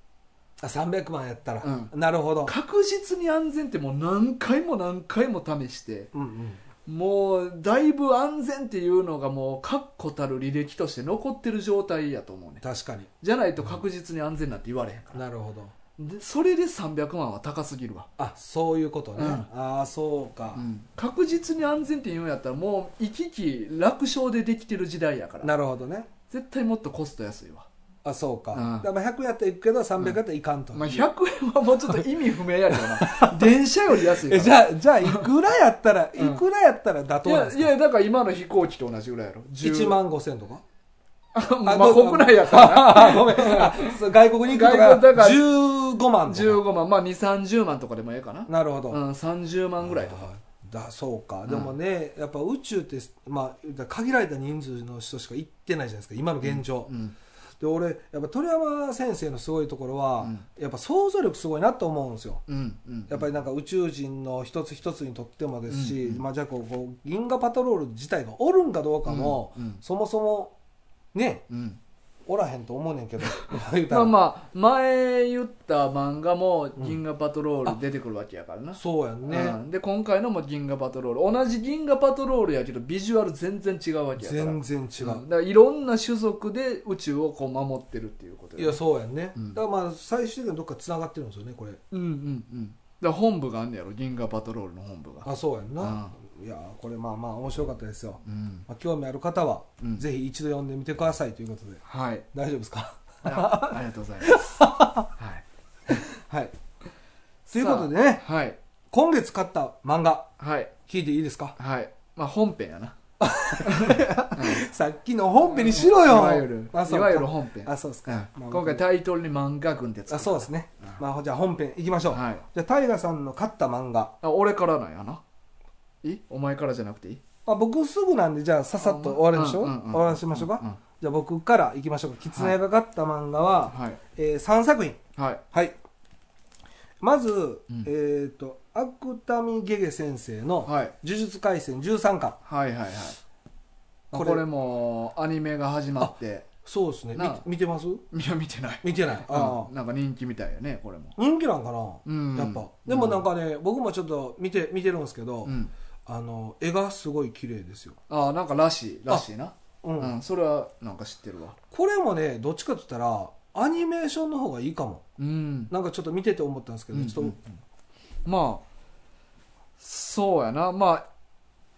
あ300万やったら、
う
なるほど、
確実に安全ってもう何回も何回も試して
うんうん、
もうだいぶ安全っていうのがもう確固たる履歴として残ってる状態やと思うね
確かに
じゃないと確実に安全なんて言われへんから
なるほど
でそれで300万は高すぎるわ、
あそういうことね、
うん
ああそうか、
うん確実に安全って言うんやったらもう行き来楽勝でできてる時代やから
なるほどね
絶対もっとコスト安いわ
あそうか,、
うん
だからまあ100やったら行くけど300やったらいかんと、
まあ、100円はもうちょっと意味不明やけどな 電車より安いか
え
ら
じゃあじゃあいくらやったら、
うん
いくらやったら妥当
い
なん
や
です
い
か
やだから今の飛行機と同じぐらいやろ10
1万5000とか
まあ
あどう
国内やからな
あごめんあそう外国に行くと
外国だか
か
ら
15万とか
15万まあ2 3 0万とかでもええかな、
なるほど、
うん、30万ぐらいとか
あーだそうか、でもねやっぱ宇宙って、まあ、限られた人数の人しか行ってないじゃないですか今の現状、
うん
で俺やっぱ鳥山先生のすごいところは、
うん
やっぱ想像力すごいなと思うんですよ、
うんうん
やっぱりなんか宇宙人の一つ一つにとってもですし、
うんうん
まあ、じゃあこうこう銀河パトロール自体がおるんかどうかも、
うんうん
そもそもね
うん
おらへんと思うねん けど言うた
ま
ら
あまあ前言った漫画も「銀河パトロール」出てくるわけやからな、
そうやんね、
うんで今回のも「銀河パトロール」同じ「銀河パトロール」やけどビジュアル全然違うわけやから
全然違う、
うんだからいろんな種族で宇宙をこう守ってるっていうこと
い
や
やそうやんね、
うん
だからまあ最終的にはどっかつながってるんですよねこれ
うんうんうんだから本部があんねやろ銀河パトロールの本部が
あそうやんな、いやーこれまあまあ面白かったですよ、
うん
まあ、興味ある方は、
うん
ぜひ一度読んでみてくださいということで
はい
大丈夫で すか
あありがとうございますはい
はい ということでね
はい
今月買った漫画
はい
聞いていいですか
はいまあ本編やな
さっきの本編にしろよ
いわゆる
あそう
いわゆる本編
あそうですか、
うん
まあ
今回タイトルに漫画群で
あそうですね、まあ、じゃあ本編いきましょう、
はい
じゃあ大河さんの買った漫画、
あ俺からなんやなえお前からじゃなくていい
まあ、僕すぐなんでじゃあさっさっと終わりましょう、
んんん
終わらしましょうか、
んん
じゃあ僕からいきましょうか狐が買った漫画は、
はい
えー、3作品
はい
はいまず、
ん
えっ、と芥見ゲゲ先生の「
はいはい
呪術廻戦13巻
はいはいこ
こ
れ
れ
もアニメが始まって」
そうですね
なあ
み見てます
いや見てない
見てないあ
う
あ
んなんか人気みたいよねこれも
人気なんかな、
うん
やっぱでもなんかね、僕もちょっと見て見てるんですけど、
うん
あの絵がすごい綺麗ですよ、
あなんからしいらしいな
うん
うんそれはなんか知ってるわ
これもねどっちかって言ったらアニメーションの方がいいかも
うん
なんかちょっと見てて思ったんですけど、
うん
ちょっ
う
と、
んまあそうやなまあ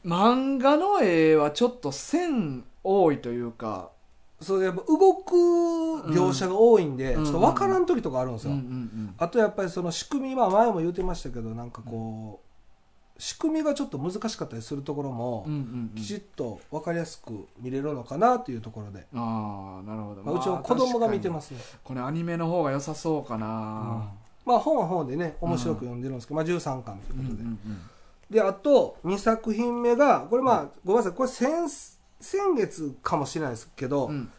漫画の絵はちょっと線多いというか
それやっぱ動く描写が多いんで、
うん
ちょっと分からん時とかあるんです
うん
よ、
うんうん
あとやっぱりその仕組みまあ前も言ってましたけどなんかこう仕組みがちょっと難しかったりするところも、
うんうんう
きち
ん
っと分かりやすく見れるのかなというところで、
ああなるほど
まあ、うちの子供が見てますすね、
これアニメの方が良さそうかな
まあ本は本でね面白く読んでるんですけど、まあ、13巻といううんこ
う
とで、
ん
であと2作品目がこれまあ、ごめんなさいこれ先先月かもしれないですけど、
うんうん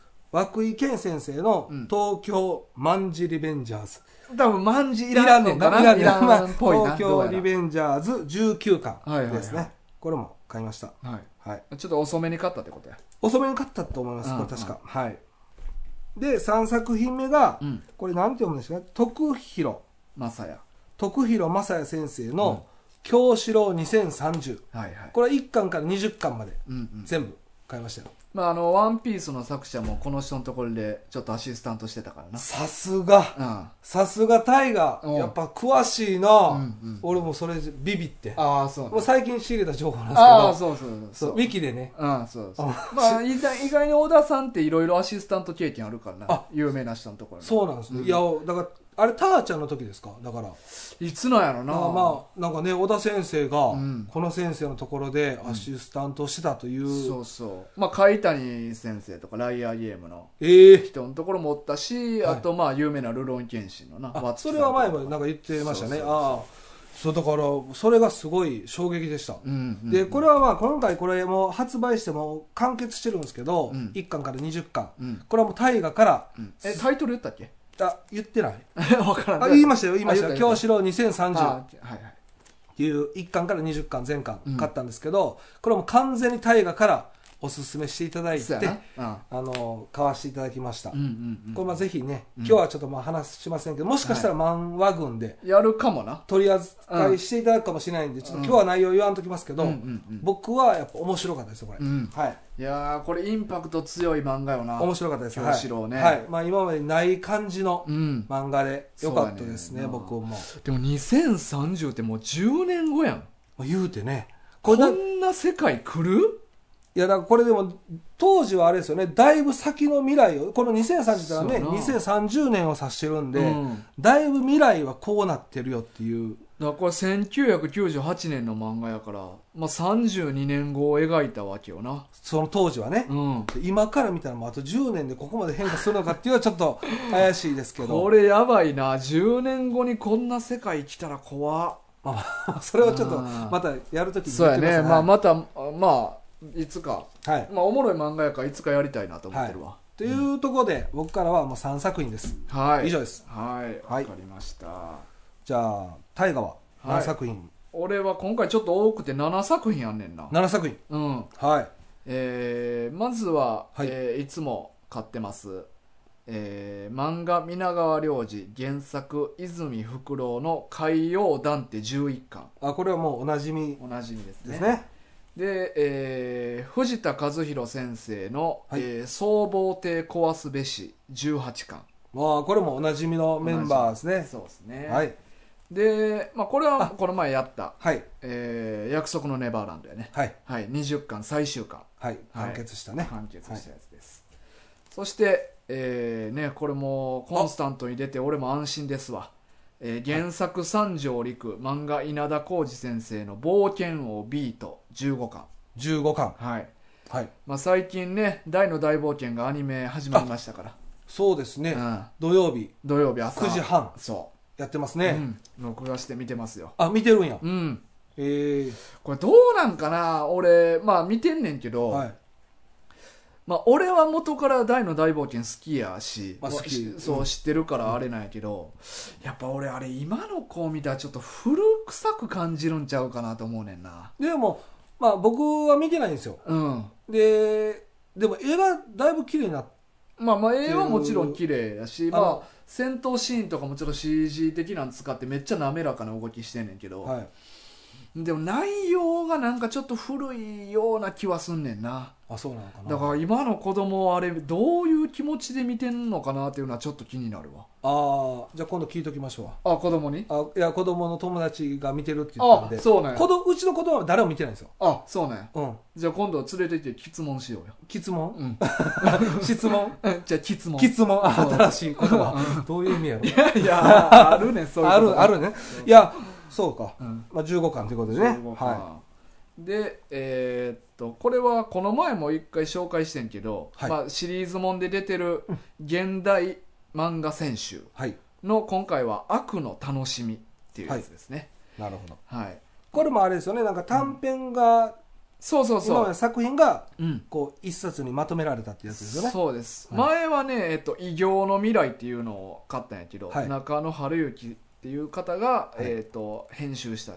涌井健先生の
うん
「東京マンジリベンジャーズ」
多分万字い
いら
らん
んね
の
ん
か
な
ない
らんねんまあ
っぽいな
東京リベンジャーズ19巻
はいはいはい
ですね、これも買いました、
どうやらは
はい、
いちょっと遅めに勝ったってことや
遅めに買ったと思います
うん
これ確か、はいで3作品目が、
うん
これなんて読むんですか徳弘
まさや
徳弘正也先生の「京四郎2030
はいは」い
これは1巻から20巻まで
うんうん
全部買いましたよ
まああの「ワンピースの作者もこの人のところでちょっとアシスタントしてたからな
さすが
あ
さすが大河
うん
やっぱ詳しいな、
うんうん
俺もそれビビって
あーそうなん
もう最近仕入れた情報なんですけど
ああそうそう
そ
そうう
ウィキでね
ああそうそう
あ
ま あ意外意外に小田さんっていろいろアシスタント経験あるからな
あ
有名な人のところに
そうなんですね、
うん
いやだからあれターちゃんの時ですかだから
いつなんやろな
まあまあなんかね小田先生が、
うん
この先生のところでアシスタントをしてたという、
そうそうまあ貝谷先生とかライアーゲームの
ええ
人のところもおったし、
はい
あとまあ有名なルロン剣心のな
あ
松木さ
そ
ん
れ
とか
は前もなんか言ってました
そ
ね
うそうそう
ああそうだからそれがすごい衝撃でした、
うんうんうん
でこれはまあ今回これも発売しても完結してるんですけど、
うん
1巻から20巻
うん
これはもう大河から、
うんえタイトル言ったっけ
あ言ってない
わからん
あ言いましたよ言いました
あ
よ「
言
京
った
四郎2030」
あはいはい
いう1巻から20巻全巻
うん
買ったんですけど、これはもう完全に大河からおすすめしていただいて
そうやな
あの買わせていただきました、
うんうんうんうん
これまあぜひね、
うん
今日はちょっとまあ話しませんけどもしかしたら漫画群で
やるかもな
取り扱いしていただくかもしれないんで、ちょっと今日は内容言わんときますけど、
うんうんうん
僕はやっぱ面白かったですよこれ、
うん
はい
いやーこれインパクト強い漫画よな
面白かったです
京四郎ね
はいはいまあ、今までにない感じの
うん
漫画でよかったですね
そうやねんな
僕もも
でも2030ってもう10年後やん
う言うてね
こ
これだ
んな世界来る
いやだからこれでも当時はあれですよねだいぶ先の未来をこの2030ってのはね
そうや
2030年を指してるんで、
うん
だいぶ未来はこうなってるよっていう
だからこれ1998年の漫画やから、まあ、32年後を描いたわけよな
その当時はね
う、ん
今から見たらもうあと10年でここまで変化するのかっていうのはちょっと怪しいですけ
こ
ど、
れやばいな10年後にこんな世界来たら怖っ
まあまあ、 それはちょっと
あー
またやるときに
そうやね、まあ、
あ
またまあいつか、
はい、
まあ、おもろい漫画やからいつかやりたいなと思ってるわ
というところで僕からはもう3作品です
はい、
以上です
はい
は
わ
い
かりました、
じゃあ大河は何作品、
俺は今回ちょっと多くて7作品あんねんな
7作品
うん
はい
えーまずは、
はい
いえーいつも買ってます、えー漫画皆川良次原作泉福郎の「海洋団」って11巻
あこれはもうおなじみ
おなじみですね
ですね
で、えー藤田和弘先生の「
はい
えー総合艇壊すべし」18巻
まあこれもおなじみのメンバーですね
そうですね、
はい
で、まあ、これ
あ
はこの前やった
はい
「えー約束のネバーランド」やね
はい
はい20巻最終巻
はい完結したね、
完結したやつです、そして、えーね、これもコンスタントに出て俺も安心ですわ、えー原作三条陸漫画稲田浩二先生の「冒険王ビート」15巻
15巻
はい
はい、
まあ、最近ね大の大冒険がアニメ始まりましたか
そうですね、
ら、うん、
土曜日
土曜日朝
9時半
そ
やってます
う、
ね、
うん、録画して見てますよ
あ見てるんや、
うん
ええ
これどうなんかな俺まあ見てんねんけど、
はい、
まあ、俺は元から大の大冒険好きやし、
まあ好き
わそうう知ってるからあれなんやけど、やっぱ俺あれ今の子を見たらちょっと古臭く感じるんちゃうかなと思うねんな
でもまあ僕は見てないんですよ
うん
ででも絵がだいぶ綺麗になっ
まあまあ絵はもちろん綺麗やし、
あの
まあ、戦闘シーンとかもちょっと CG 的なの使ってめっちゃ滑らかな動きしてんねんけど、
はい、
でも内容がなんかちょっと古いような気はすんねんな
あそうなのかな
だから今の子供はあれどういう気持ちで見てんのかなっていうのはちょっと気になるわ
ああじゃあ今度聞いときましょうわ
あ子供に
あいや子供の友達が見てるって言った
あ
んで
そうなんや
子供うちの子供は誰も見てないんですよ
あそうなんや
うん
じゃあ今度連れて行って質問しようよ
質問
うん
質問
じゃあ質問
質問あ
そう
新しい言葉どういう意味やろ
い やいやある ねそういう
あ
こと
るあるねいやそうか、
うん
まあ、15巻ということでね
15か
は
でえーっとこれはこの前も一回紹介してんけど、
はい
まあ、シリーズもんで出てる現代漫画選手
い、はい、
の今回は「悪の楽しみ」っていうやつですね
なるほど
はい、
これもあれですよねなんか短編が、
そうそう
今
そ
までの
う、
作品が
うん、
こう一冊にまとめられたってやつですよね
そうです、
はい
前はね、えっと「異形の未来」っていうのを買ったんやけど、
はい
中野晴之っていう方が、
はい
えーっと編集した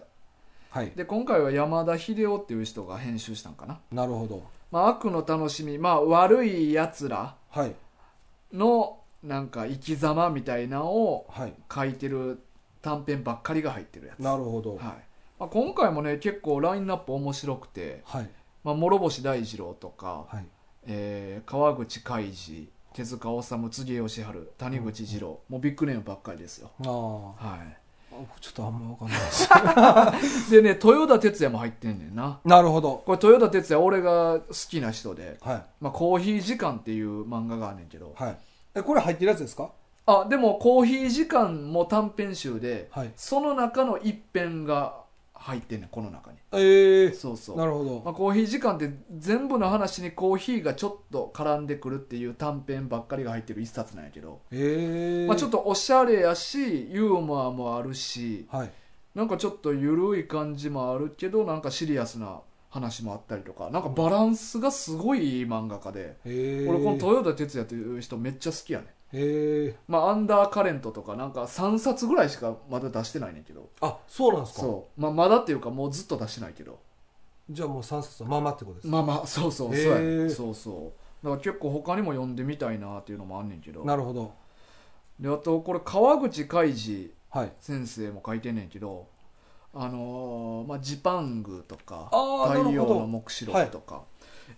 はい
で今回は山田秀夫っていう人が編集したんかな、
なるほど
まあ、悪の楽しみ、まあ、悪いやつら
はい
のなんか生き様みたいなのを
はい
書いてる短編ばっかりが入ってるやつ、
なるほ
は
ど
いまあ、今回もね結構ラインナップ面白くて、
はい
まあ、諸星大二郎とか、
はい
えー川口海二手塚治虫杉江義治谷口二郎、もうビッグネームばっかりですよ、
あー
は
あちょっとあんま分かんないで
い、
す
でね豊田哲也も入ってんねんな
なるほど
これ豊田哲也俺が好きな人で
はい
まあ、コーヒー時間っていう漫画があんねんけど
はいえこれ入ってるやつですか
あでもコーヒー時間も短編集で
はい
その中の一編が入ってんねんこの中に
ええ
そうそう
なるほど
まあ、コーヒー時間って全部の話にコーヒーがちょっと絡んでくるっていう短編ばっかりが入ってる一冊なんやけど、
ええ
まあ、ちょっ
っ
とおしゃれやしユーモアもあるし
とはい
なんかちょっと緩い感じもあるけどなんかシリアスな話もあったりとかなんかバランスがすごいいい漫画家で、
ええ
俺この豊田哲也という人めっちゃ好きやね
ええ
まあ、アンダーカレントとかなんか3冊ぐらいしかまだ出してないねんけど
あそうなんですか
そう、まあ、まだっていうかもうずっと出してないけど
じゃあもう3冊のままってことですか
まあまあそうそう
へ
そうや
ー
ねそうそうだから結構他にも読んでみたいなっていうのもあんねんけど
なるほど
であとこれ川口海二
はい
先生も書いてんねんけどあのーまあ、ジパングとか
あー
太
なる
陽
ほど
の黙示録とか、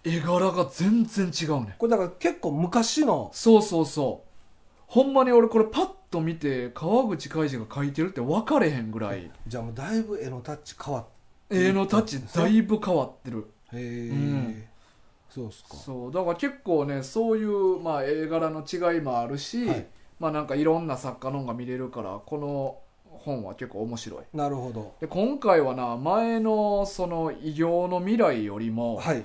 絵柄が全然違うねん
これだから結構昔の
そうそうそうほんまに俺これパッと見て川口海二が書いてるって分かれへんぐらい
じゃあもうだいぶ絵のタッチ変わっ
絵のタッチだいぶ変わってる
へえ、
うん
そうっすか
そうだから結構ねそういう、まあ、絵柄の違いもあるし、
はい
まあなんかいろんな作家の本が見れるからこの本は結構面白い
なるほど
で今回はな前のその異形の未来よりも、
はい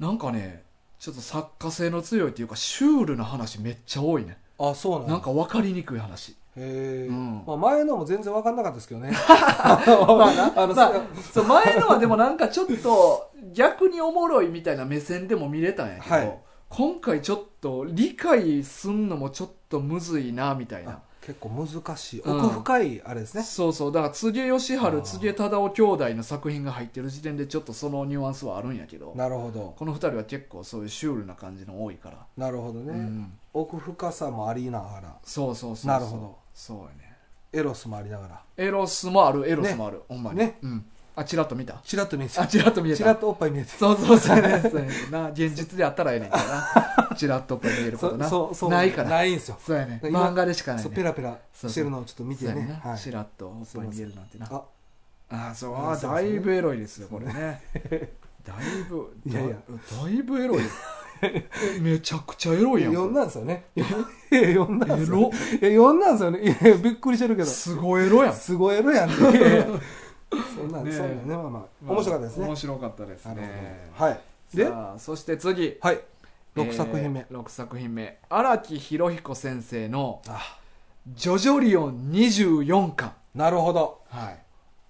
なんかねちょっと作家性の強いっていうかシュールな話めっちゃ多いね
あそうなんだ
なんか分かりにくい話
へえ、
うん
まあ、前のも全然分かんなかったですけどねあの、 あ の
まあ そう前のはでもなんかちょっと逆におもろいみたいな目線でも見れたんやけど、
はい
今回ちょっと理解すんのもちょっとむずいなみたいな
あ結構難しい
うん
奥深いあれですね、
そうそうだから柘植義治
あー
柘植忠夫兄弟の作品が入ってる時点でちょっとそのニュアンスはあるんやけど
なるほど
この二人は結構そういうシュールな感じの多いから、
なるほどね、
うん、
奥深さもありながら
そうそうそうそう
なるほど
そうやね
エロスもありながら
エロスもあるエロスもある、ほんまに
ね
うん、あちらっと見た
チラッと見えて
あちらっと見え
チ
た
ラッとおっぱい見えて
そうそうそうねそうねな現実であったらええねんけどなちらっと見えることな
そうそう
ないから
ないんですよ
そうやね
だから
漫画でしかない
そう
ね
ペラペラしてるのをちょっと見て
そうや
ね
ね、
はい、
ちらっとおっぱい見えるなんてな
あ
あそう
あそう
だ
ですね
いぶエロいですよこれ ねだいぶだ
いやいや
だいぶエロい めちゃくちゃエロいやん
呼ん
こ
だんですよねいや呼んだん
れ
で
エ
すよ
ロ
いや呼んだんですよねいやびっくりしてるけど
すごいエロやん
すごいエロ やんっていやいやそんなん
ねえ
そんなんねまあまあ面白かったですね
面白かったです
なる
ね
ほどはいで
さあそして次
はい6作品目、
えー6作品目荒木博彦先生の
あ
「ジョジョリオン24巻
なるほど」
はい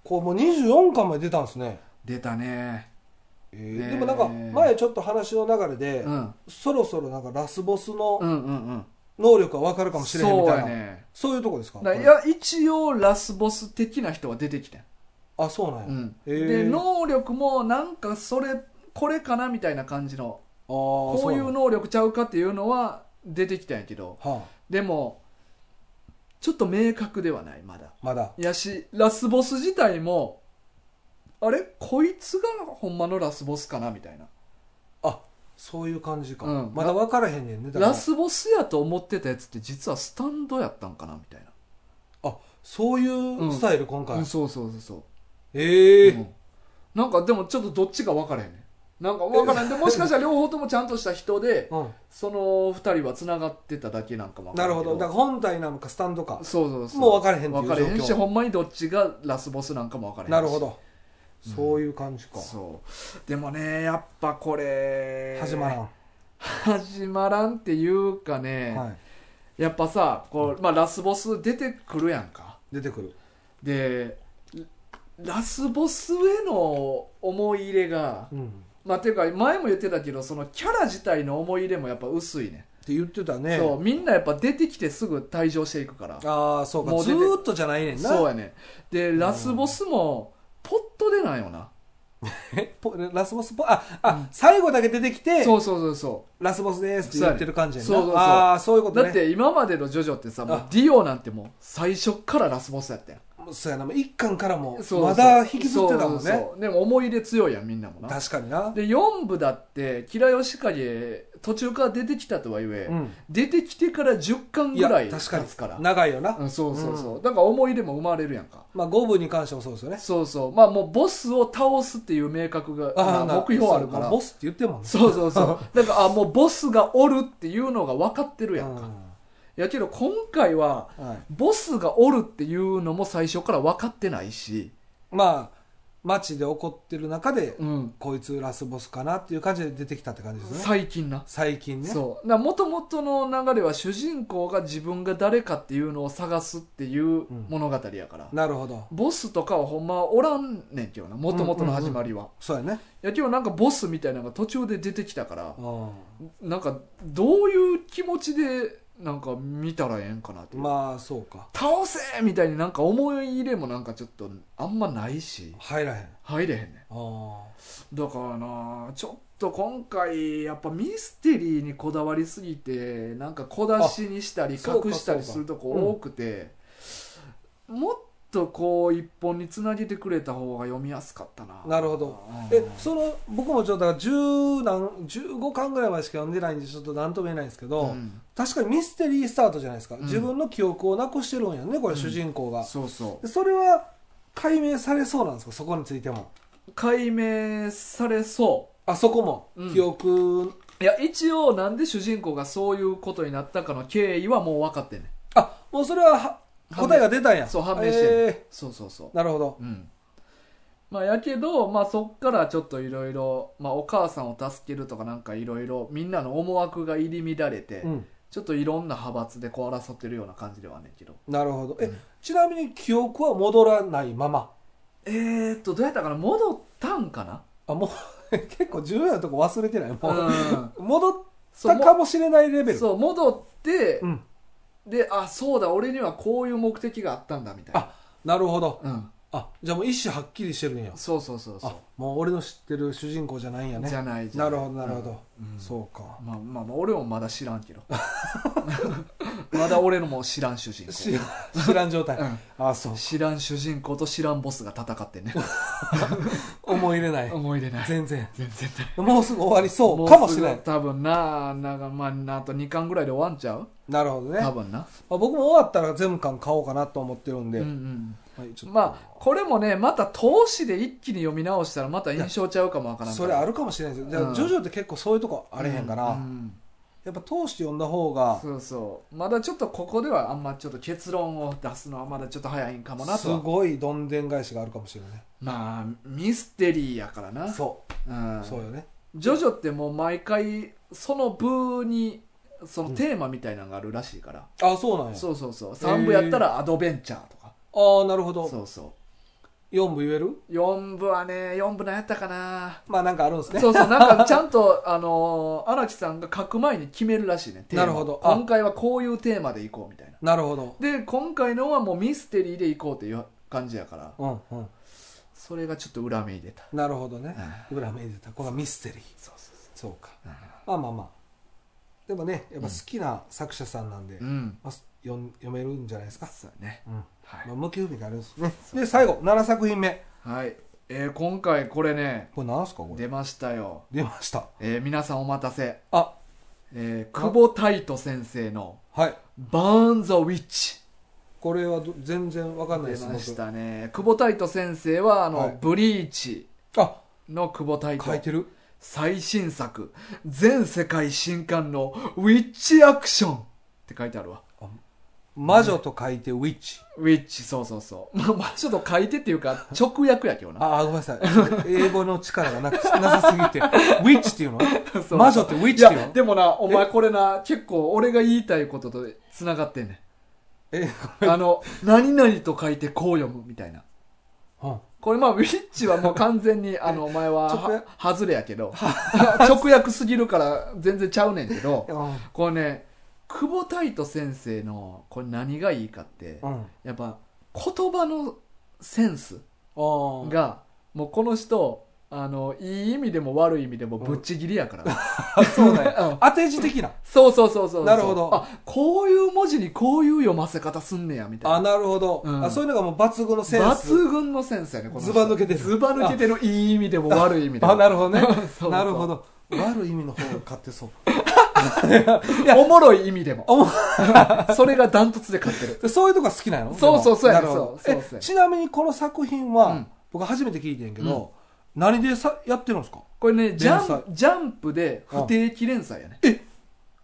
こうもう24巻まで出たんですね、
出たね
え
ねえ
でもなんか前ちょっと話の流れで、
うん
そろそろなんかラスボス
うん
の
うんうん
能力が分かるかもしれへんみ
そう
たいな、
や
そう
ね
いうとこですか
だからいや一応ラスボス的な人は出てきてん
あそうなんや、
うん
へえ
で能力もなんかそれこれかなみたいな感じの
あー
こういう
そ
能力ちゃうかっていうのは出てきたんやけど
なんはあ、
でもちょっと明確ではないまだ
まだ
やしラスボス自体もあれこいつがほんまのラスボスかなみたいな
あそういう感じか、
うん
まだ分からへんねんねだから
ラスボスやと思ってたやつって実はスタンドやったんかなみたい
あそういうスタイル、今
な、
回、
うんそうそうそうそう
ええ
うんなんかでもちょっとどっちか分からへんねなんか分からへんでもしかしたら両方ともちゃんとした人で
うん
その二人はつながってただけなんかも
なるほどだから
ら
本体なのかスタンドか
そうそうそう
もう分からへんっていう
分からへんし
状況
ほんまにどっちがラスボスなんかも分からへんし
なるほど、そういう感じか
そうでもねやっぱこれ
始まらん、
始まらんっていうかね、
はい、
やっぱさこう、まあ、ラスボス出てくるやんか
出てくる
でラスボスへの思い入れが
うん
まあていうか前も言ってたけどそのキャラ自体の思い入れもやっぱ薄いね
って言ってたね
そうみんなやっぱ出てきてすぐ退場していくから
ああそうか
もう
ず
出て
ーっとじゃないねんな
そうやねでラスボスもポッと出ないよな、
えポラスボスポああ、最後だけ出てきて
そうそうそうそ
ラスボスですって言ってる感じやんな
そうそうそう
ああそういうこ
う
と
だ
ね
って今までのジョジョってさもう
あ
ディオなんてもう最初っからラスボスやったやん
そうやなもう一巻からも
そうそう
まだ引きずってたもん
そうそ
ね
うそうでも思い入れ強いやんみんなもな
確かにな
で4部だって吉良義景途中から出てきたとはいえ、
うん
出てきてから10巻ぐらい経
確かに
つから
長いよな、
うん、そうそうそう、だから思い入れも生まれるやんか
まあ五部に関してもそうですよね
そうそうまあもうボスを倒すっていう明確が
あ
ま
あ
あ
な
目標あるか
そうま
ら
ボスって言ってるもんね
そうそうそう だからあもうボスがおるっていうのが分かってるやんか、
う
やけど今回は
んはい、
ボスがおるっていうのも最初から分かってないし、
まあ街で起こってる中で、
うん、
こいつラスボスかなっていう感じで出てきたって感じですね
最近な
最近ね
そうだもともとの流れは主人公が自分が誰かっていうのを探すっていう物語やから、
なるほど
ボスとかはほんまおらんねんけどなもともとの始まりは、
そうやね、
いやけどなんかボスみたいなのが途中で出てきたから
う
なんかどういう気持ちでなんか見たらええんかなって、
ん、まあそうか
倒せみたいになんか思い入れもなんかちょっとあんまないし
入らへん
入れへんね
あー
んだからなちょっと今回やっぱミステリーにこだわりすぎてなんか小出しにしたり
あそうか
隠したりするとこ多くて、もっとこう一本につなげてくれた方が読みやすかったな
なるほど
うん
えその僕もちょっとだから10何15巻ぐらいまでしか読んでないんでちょっと何とも言えないんですけど、
うん
確かにミステリースタートじゃないですか、
ん
自分の記憶をなくしてるんやねこれ主人公が、
そうそう
でそれは解明されそうなんですかそこについても
解明されそ
あそこも
うん
記憶、
ういや一応なんで主人公がそういうことになったかの経緯はもう分かってんね
あもうそれはは
判明
答えが出たんや
そう判明してる
え
そうそうそう
ーなるほど
うんまあやけど、まあ、そっからちょっといろいろお母さんを助けるとかなんかいろいろみんなの思惑が入り乱れて、
うん
ちょっといろんな派閥でこう争ってるような感じではあんねんけど
なるほどえ、
うん
ちなみに記憶は戻らないまま
えー、っとどうやったかな戻ったんかな
あもう 結構重要なとこ忘れてないもう、
ん
戻っ
そう
た
も
かもしれないレベル
そう戻って、
うん
であそうだ俺にはこういう目的があったんだみたいな
あなるほど
うん
あじゃあもう意思はっきりしてるんや
そうそうそうそう
あもう俺の知ってる主人公じゃないんやね
じゃないじゃ
ないるほどなるほど、
うん
そうか
まあまあまあ俺もまだ知らん けどまだ俺のも知らん主人
知
公
らん知らん状態、
うん
あそう
知らん主人公と知らんボスが戦ってね
思い入れない
思い出ない
全然
全然ない
もうすぐ終わりそうかもしれな
うす
い
ぐ多分ななんかまああと2巻ぐらいで終わんちゃう
なるほどね
多
あ
分な、
僕も終わったら全巻買おうかなと思ってるんで、
うん
はい、ち
う
ょっ
ん、
と
まあこれもねまた投資で一気に読み直したらまた印象ちゃうかもわからんか
そ
ら
れあるかもしれないですよじゃあ、
うん
ジョジョって結構そういうとこあれへんから、
うんうん
やっぱ通して読んだ方が
そうそうまだちょっとここではあんまちょっと結論を出すのはまだちょっと早いんかもな
す
とは
ごいどんでん返しがあるかもしれないね
まあミステリーやからな,、
そう
ん、
うそうよね
ジョジョってもう毎回その部にそのテーマみたいなのがあるらしいから、
あそうなんや
そうそうそう3部やったらアドベンチャーとか、
ああなるほど
そうそ
4部言える
う4部はね4部何やったかな
まあなんかあるんですね
そうそうなんかちゃんと あのー荒木さんが書く前に決めるらしいねテーマ
なるほどあ
今回はこういうテーマでいこうみたいな
なるほど
で今回のはもうミステリーでいこうっていう感じやから
うんうん
それがちょっと裏目に出た
なるほどね
あ
裏目に出たこれはミステリー
そうそうそ
そうか
う
まあまあまあでもねやっぱ好きな作者さんなんで、
うん
まあ、す読ん読めるんじゃないですか、
そうやね
うんま
はい
あ、向き不備があるんですねで最後7作品目
はい、えー今回これね
これ何すかこれ
出ましたよ、
出ました
えー皆さんお待たせ、
あ
えー久保太斗先生の
はい
「バーン・ザ・ウィッチ
これはど全然わか」んない
出
です
ましたね久保太斗先生はあの、
はい
ブリーチ
僕あ」
の久保太
書い
斗
てる
最新作全世界新刊の「ウィッチ・アクション」って書いてあるわ
魔女と書いてウィッチ
ウィッチそうそうそう まあまあちょっと書いてっていうか直訳やけどな
ああごめんなさい英語の力がなくなさ すぎてウィッチっていうの
そう
魔女ってウィッ
い
チっていう
や
の
でもなお前これな結構俺が言いたいこととつながってんねん
え、
あ の、何々と書いてこう読むみたいな。
うん、
これまあ、ウィッチはもう完全に、あの、お前は
直訳
は、はずれやけ ど、 直訳すぎるから全然ちゃうねんけど、これね、久保太斗先生の、これ何がいいかって
う、ん、
やっぱ、言葉のセンス
うん、が
が、もうこの人、あの、いい意味でも悪い意味でもぶっちぎりやから。
そうだよ
うん
当て 字的な
そうそうそうそうそう。
なるほど
あ、こういう文字にこういう読ませ方すんねや、みたいな
あ。なるほど、
うん
あそういうのがもう抜群のセンス
抜群のセンスやねこの人
ズバ抜けてる
ズバ抜けてるいい意味でも悪い意味でも
あなるほどね
そうそう
なるほど悪い意味の方が勝ってそう
おもろい意味でも
おも
それがダントツで勝ってる
でそういうとこが好きなの
そうそうそうや
な
ね
るほど
そうそうそうやね
えちなみにこの作品は、
うん
僕初めて聞いてんけど、何でさやってるんですか
これねジ
連載
ャンジャンプで不定期連載やね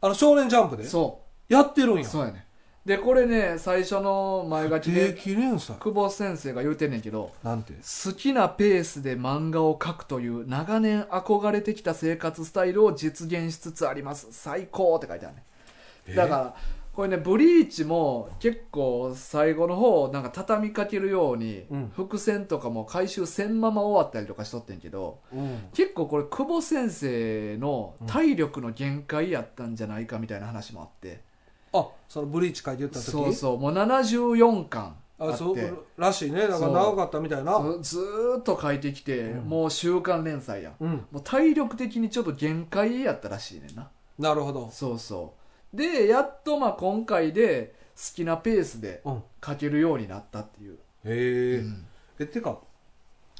あの少年ジャンプで
そ
やってる
う
んや
そうやねでこれね最初の前書き
定
で
期連載
久保先生が言うてんねんけど
なんて
好きなペースで漫画を描くという長年憧れてきた生活スタイルを実現しつつあります最高って書いてあるねだからこれねブリーチも結構最後の方なんか畳みかけるように
うん
伏線とかも回収せんまま終わったりとかしとってんけど
うん
結構これ久保先生の体力の限界やったんじゃないかみたいな話もあって、
あそのブリーチ書いて言った時
そうそうもう74巻あ
あ
って
そうらしいねだから
そう
長かったみたいな
ずずーっと書いてきて、
うん
もう週刊連載やん
うん
もう体力的にちょっと限界やったらしいねんな
なるほど
そうそうでやっとまあ今回で好きなペースで
うん
書けるようになったっていう、
へえ、
うん
えてか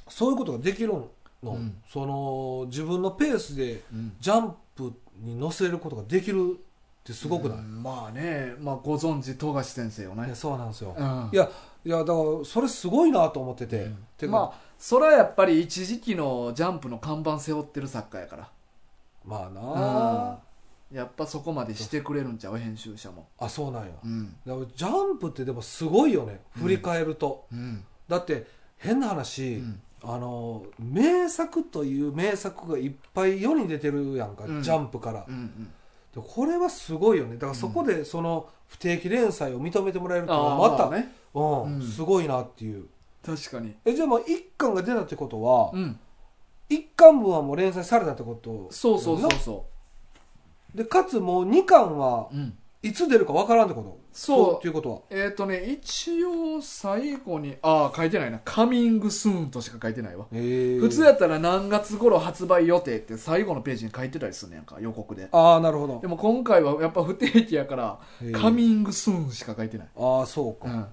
そういうことができるの、
うん
その自分のペースで
うん
ジャンプに乗せることができるってすごくない、
うんまあね、まあ、ご存知富樫先生よ
い
ね
や、そうなんですよ、
うん、
いやいやだからそれすごいなと思ってて、
うん
てか、ま
まあそれはやっぱり一時期のジャンプの看板背負ってる作家やから
あ、な
やっぱそこまでしてくれるんちゃう編集者も
ああそうなんや、
うん
だからジャンプってでもすごいよね振り返ると、
うん
だって変な
う
話、
ん
あの名作という名作がいっぱい世に出てるやんか、
うん
ジャンプから
う、ん
でこれはすごいよねだからそこでその不定期連載を認めてもらえるっていうの
あ
は
あ
ま
ま
た、
たね
う
うん
ん、すごいなっていう
確かに
えじゃあもう1巻が出たってことは、
うん
一1巻分はもう連載されたってこと
そうそうそう
な
そ
でかつもう2巻は
う、うん、
いつ出るかわからんってこと
そう
っていうことは
えっ、とね一応最後にああ書いてないな「カミングスーン」としか書いてないわ
えー
普通やったら何月頃発売予定って最後のページに書いてたりするねやんか予告で
ああなるほど
でも今回はやっぱ不定期やから「カミングスーン」しか書いてない、
えーああそうか、
うん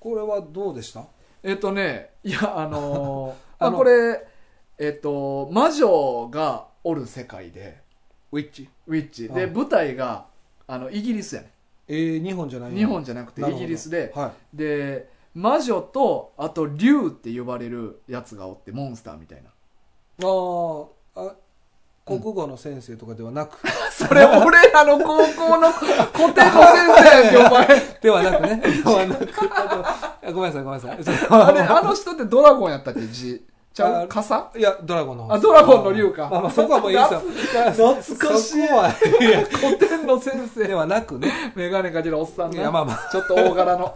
これはどうでした
えっ、とねいやあのー
あ
ま
の
あこれえっ、と魔女がおる世界で
ウィッチ
ウィッチで
うん
舞台があのイギリスやね
えー、日本じゃない
日本じゃなくて
な
イ
るほど
ギリスで
はい
で魔女とあと竜って呼ばれるやつがおってモンスターみたい な
あーあ国語の先生とかではなく、
そ れ俺らの高校の古典の先生やんけお前
では なくね ではなくあとあごめんなさいごめんなさい
あれ、あの人ってドラゴンやったっけ字。ちゃ
あ
う傘
いや、ドラゴンの方
あ、ドラゴンの竜か。
まあまあそこはもういいですよ。
懐かしい
そこは、いや、
古典の先
で
生。
はなくね。
メガネかけるおっさん
い
な。
や、まあまあ、
ちょっと大柄の。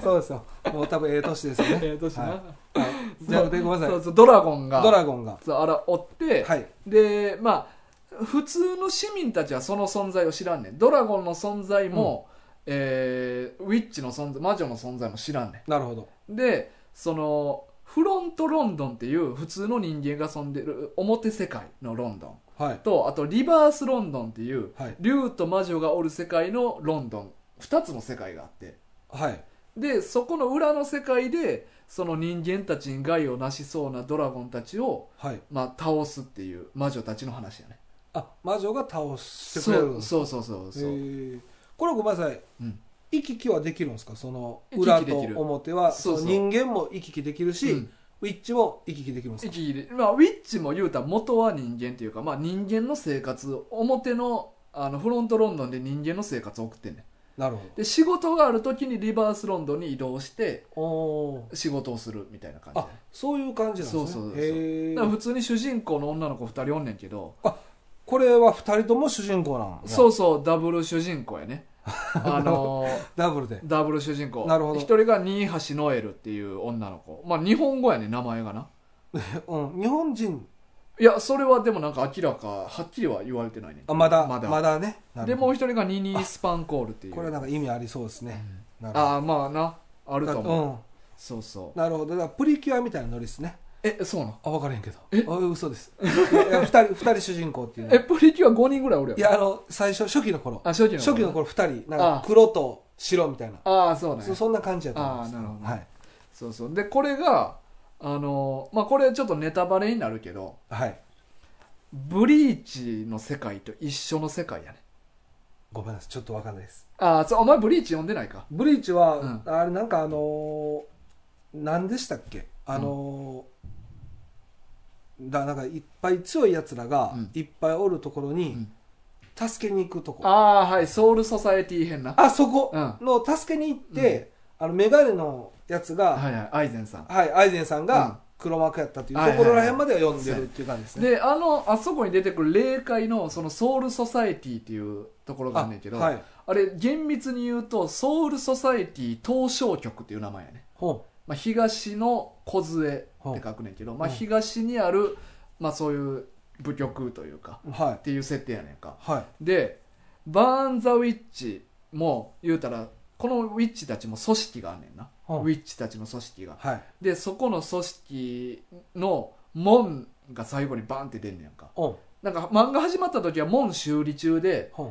そうですよ。もう多 分ええ年ですよね。
ええ年な
はいはいじゃあ、でごめんな
そ
さ
うそう、ドラゴンが。
い。ドラゴンが。
そうあら、追って、
はい。
で、まあ、普通の市民たちはその存在を知らんねん。ドラゴンの存在も、えーウィッチの存在、魔女の存在も知らんね
なるほど。
ん。で、その、フロントロンドンっていう普通の人間が住んでる表世界のロンドン
はい。
と、あとリバースロンドンっていう、
はい。
竜と魔女がおる世界のロンドン。二つの世界があって。
はい。
でそこの裏の世界でその人間たちに害をなしそうなドラゴンたちを、
はい。
まあ、倒すっていう魔女たちの話やね
あ、魔女が倒してく
そ
れるん
う
です
そうそうそうそう、
へえこれはごめんなさい、
うん
行き来はできるんですかその
行き
裏
来
と
できる
表は
そうそう
その人間も行き来できるし、
うん
ウィッチも行き来できるんですか
息切れまあ、ウィッチも言うたら元は人間っていうか、まあ、人間の生活表のあのフロントロンドンで人間の生活を送ってんね
なるほ
んで仕事がある時にリバースロンドンに移動して
どおー
仕事をするみたいな感じ
あそういう感じなんです
そ
ね
うそうそうそう
へえ
だから普通に主人公の女の子2人おんねんけど、
これは2人とも主人公なんや
そうそうダブル主人公やねあのー
ダブルで
ダブル主人公
なるほど
一人が新橋ノエルっていう女の子まあ日本語やね名前がな
うん日本人
いやそれはでもなんか明らかはっきりは言われてないね
あまだ
まだ
ねな
で
る
も
ほど
う一人がニニースパンコールっていう
これはなんか意味ありそうですね、なるほど
ああまあなあると
だ
思う、
うん
そうそう
なるほどだからプリキュアみたいなノリですね
えそうなん
あ分からへんけどあ嘘ですいや2人二人主人公っていうのは
えプリキュア5人ぐらいおるやん
いやあの最初初期の頃
あ初期の
初期の頃2人なん
ああ
か黒と白みたいな
ああそうね
そそんな感じやと思います
ああなるほど
はい
そうそうでこれがあのーまあこれちょっとネタバレになるけど
はい
ブリーチの世界と一緒の世界やね
ごめんなさいちょっとわかんないです
ああそうお前ブリーチ読んでないか
ブリーチは、
うん
あれなんかあのー、何でしたっけあのーだなんかいっぱい強いやつらが
うん
いっぱいおるところ
う
に
ん
助けに行くとこ、あ
ああはいソウルソサエティ編な
そこ
う
の助けに行って、あのメガネのやつが、は
はいいはいアイゼンさん
アイゼンさん
うん
が黒幕やったというと
はいはいはい
ころらへんまでは読んでるっていう感じですね、
であのあそこに出てくる霊界のそのソウルソサエティっていうところがあるんねんけどあ,、
はい、
れ厳密に言うとソウルソサエティ東証局っていう名前やね、
ほ
まあ、東の梢って書くねんけど、まあ、
うん
東にある、まあ、そういう部局というか
うはい
っていう設定やねんか
はい
でバーン・ザ・ウィッチも言うたらこのウィッチたちも組織があんねんな、
うん
ウィッチたちの組織が
はい
でそこの組織の門が最後にバンって出んねやんか
うん
なんか漫画始まった時は門修理中で
うん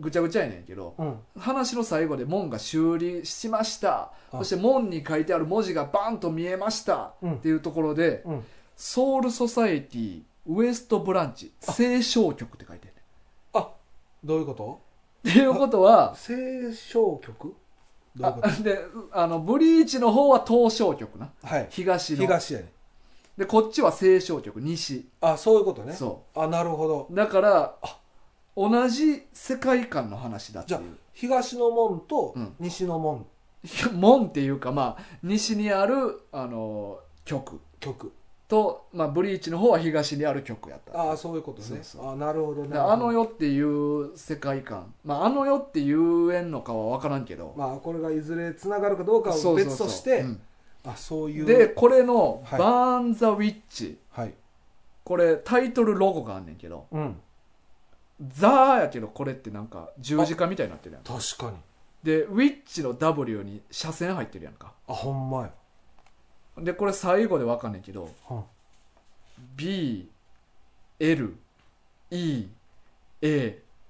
ぐちゃぐちゃやねんけど
うん
話の最後で門が修理しました
あ
そして門に書いてある文字がバンと見えました
うん
っていうところで
うん
ソウルソサエティウエストブランチ清少局って書いてあるね
あどういうこと
っていうことは
清少局どういうこ
あであのブリーチの方は東証局な
とはい
東の
東やね
でこっちは清少局西
あそういうことね
そう
あなるほど
だから
あ
同じ世界観の話だって
じ
い
ゃあ
う
東の門と
うん
西の門
いや門っていうかまあ西にあるあの局
局、
と、まあ、ブリーチの方は東にある局やった
ああそういうことね
そうそう
あなるほど
で
ね
あの世っていう世界観、まあ、あの世って言えんのかは分からんけど、
まあこれがいずれつながるかどうか
そ
を
うそう
別
そう
として
うん
あそういう
でこれの「
はい
バーン・ザ・ウィッチ」
はい
これタイトルロゴがあんねんけど
うん
「ザ」やけどこれってなんか十字架みたいになってるやん
確かに
でウィッチの W に斜線入ってるやんか
あほんまや、
でこれ最後で分かんねんけど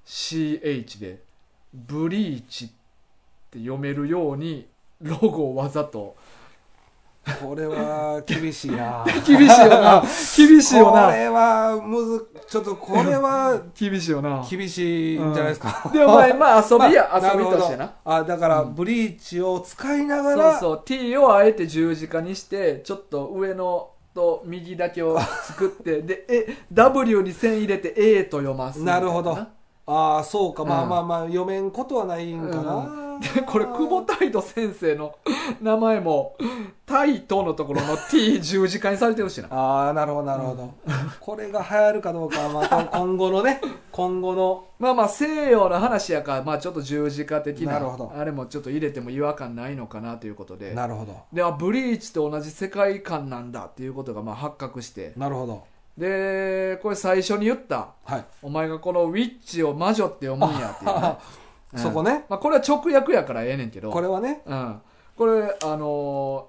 BLEACH でブリーチって読めるようにロゴをわざと
うんこれは厳しいな
厳しいよ な 厳しいよ
こ
な
れはむずちょっとこれは
厳しいよな
厳しいんじゃないですか、
でお前まあ遊びや、
まあ
遊びとして
る
な
ほどあだからブリーチを使いなが
そう
ら、
そう T をあえて十字架にしてちょっと上のと右だけを作ってでえ W に線入れて A と読ますみたい
なるほどああそうか、まあ
うん
まあまあ読めんことはないんかな、
うん これ久保太斗先生の名前も「太斗」のところ の T 十字架にされてるしな
ああなるほどなるほど、これが流行るかどうかは また今後のね今後の
まあまあ西洋の話やから、まあ、ちょっと十字架的な
なるほど
あれもちょっと入れても違和感ないのかなということで
なるほど
であブリーチと同じ世界観なんだっていうことがまあ発覚して
なるほど
でこれ最初に言った
はい
お前がこのウィッチを魔女って読むんやっていうね、うん
そこね
まあ、これは直訳やからええねんけど
これはね
うん、これあの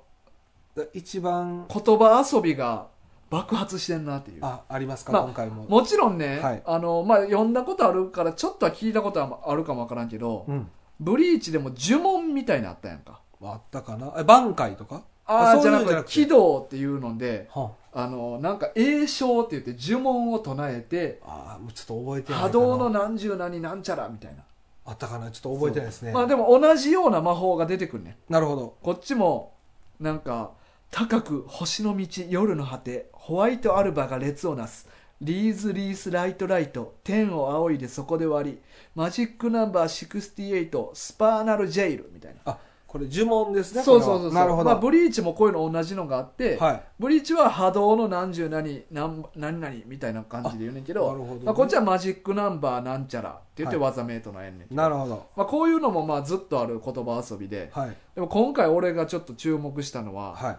一番
ー言葉遊びが爆発してんなっていう
あありますか、
まあ
今回も、
もちろんね、
はい
あのまあ、読んだことあるからちょっとは聞いたことはあるかもわからんけど、
うん、
ブリーチでも呪文みたいなのあったやんか
あったかなえ挽回とか
あ
あ
あ
そう
じ
い
ゃ
う
なん
じゃな
く
く
て
て
軌道っていうので
は
あのなんか栄唱って言って呪文を唱えて
ああーもうちょっと覚えてないか
波動
な
の何十何なんちゃらみたいな
あったかなちょっと覚えてないですね、
まあでも同じような魔法が出てくるね
なるほど
こっちもなんか高く星の道夜の果てホワイトアルバが列をなすリーズリースライトライト天を仰いでそこで割りマジックナンバー68スパーナルジェイルみたいな
あこれ呪文ですね
そうそうそうそう
これはなるほど、
まあ、ブリーチもこういうの同じのがあって、
はい
ブリーチは波動の何十何何何々みたいな感じで言うねんけど
あなるほどね
まあ、こっちはマジックナンバーなんちゃらって言って
は
技名とのやんねんけど、
なるほど
まあ、こういうのもまあずっとある言葉遊びで
はい
でも今回俺がちょっと注目したのは、
はい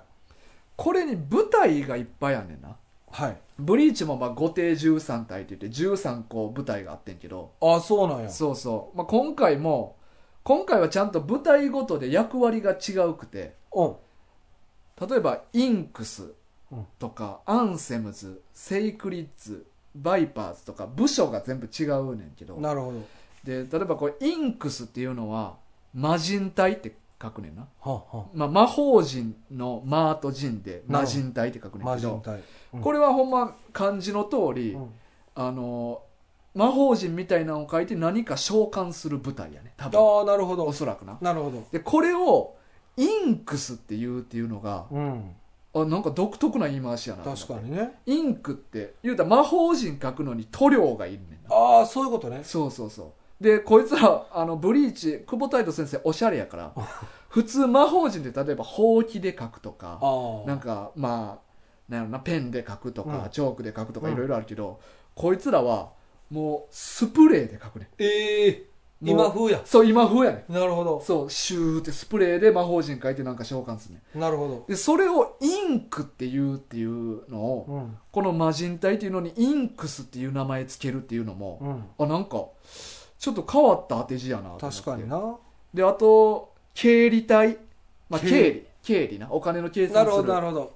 これに舞台がいっぱいあんねんな
はい
ブリーチもまあ5艇13体って言って13個舞台があってんけど
あそうなんや
そうそう、まあ、今回も今回はちゃんと舞台ごとで役割が違うくて
うん
例えばインクス
うん
とか、アンセムズセイクリッズバイパーズとか部署が全部違うねんけど
なるほど
で例えばこれインクスっていうのは魔人隊って書くねんな、
はあは
まあ、魔法人の魔と人で
な
魔
るほど
人隊って書く
あ
ねん
魔
け
人
ど
体
これはほんま漢字の通り、
うん
あの魔法陣みたいなのを書いて何か召喚する舞台やね多分
ああなるほ
お
ど
そらくな
なるほど
でこれをインクスっていうっていうのが
うん
あなんか独特な言い回しやなと思って
確かにね
インクって言うたら魔法陣書くのに塗料がいるねんな
ああそういうことね
そうそうそうでこいつらあのブリーチ久保太斗先生おしゃれやから 普通魔法陣って例えばほうきで書くとか
ああ
なんかまあなんやろなペンで書くとか、
うん
チョークで書くとか
うん
いろいろあるけど、こいつらはもうスプレーで書くね
ええ
もう
今風や
そう今風やね
なるほど
そうシューってスプレーで魔法陣書いてなんか召喚するね
なるほど
でそれをインクっていうっていうのを、
うん
この魔人隊っていうのにインクスっていう名前つけるっていうのも、
うん
あなんかちょっと変わった当て字やなと思って
確かにな
であと経理隊、まあ、
経
経
理
理経理なお金の計算
なる
す
ほ
る
どなるほど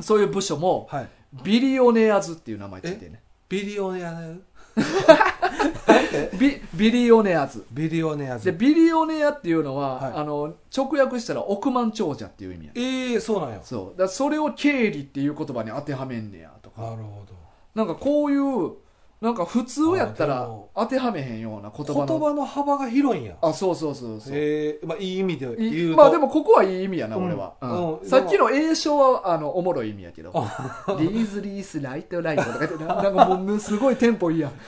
そういう部署も、
はい
ビリオネアズっていう名前ついてるね
ビリオネアね
ビビリオネアズ
ビリオネア
で
ズ
ビリオネアっていうのは、
はい
あの直訳したら億万長者っていう意味やね
ええそうなんや
そうだからそれを経理っていう言葉に当てはめんねやとか
なるほど
なんかこういうなんか普通やった
あ
ら
でも
当てはめへんような言
言
葉の
葉の幅が広いんや
あそうそうそうそう、
ええまあいい意味で
い
言うと
まあでもここはいい意味やな、
うん
俺は、
うん
うんさっきの栄唱はあのおもろい意味やけど「
あ
リーズリースライトライト」とか言ってななんかもうすごいテンポいいやん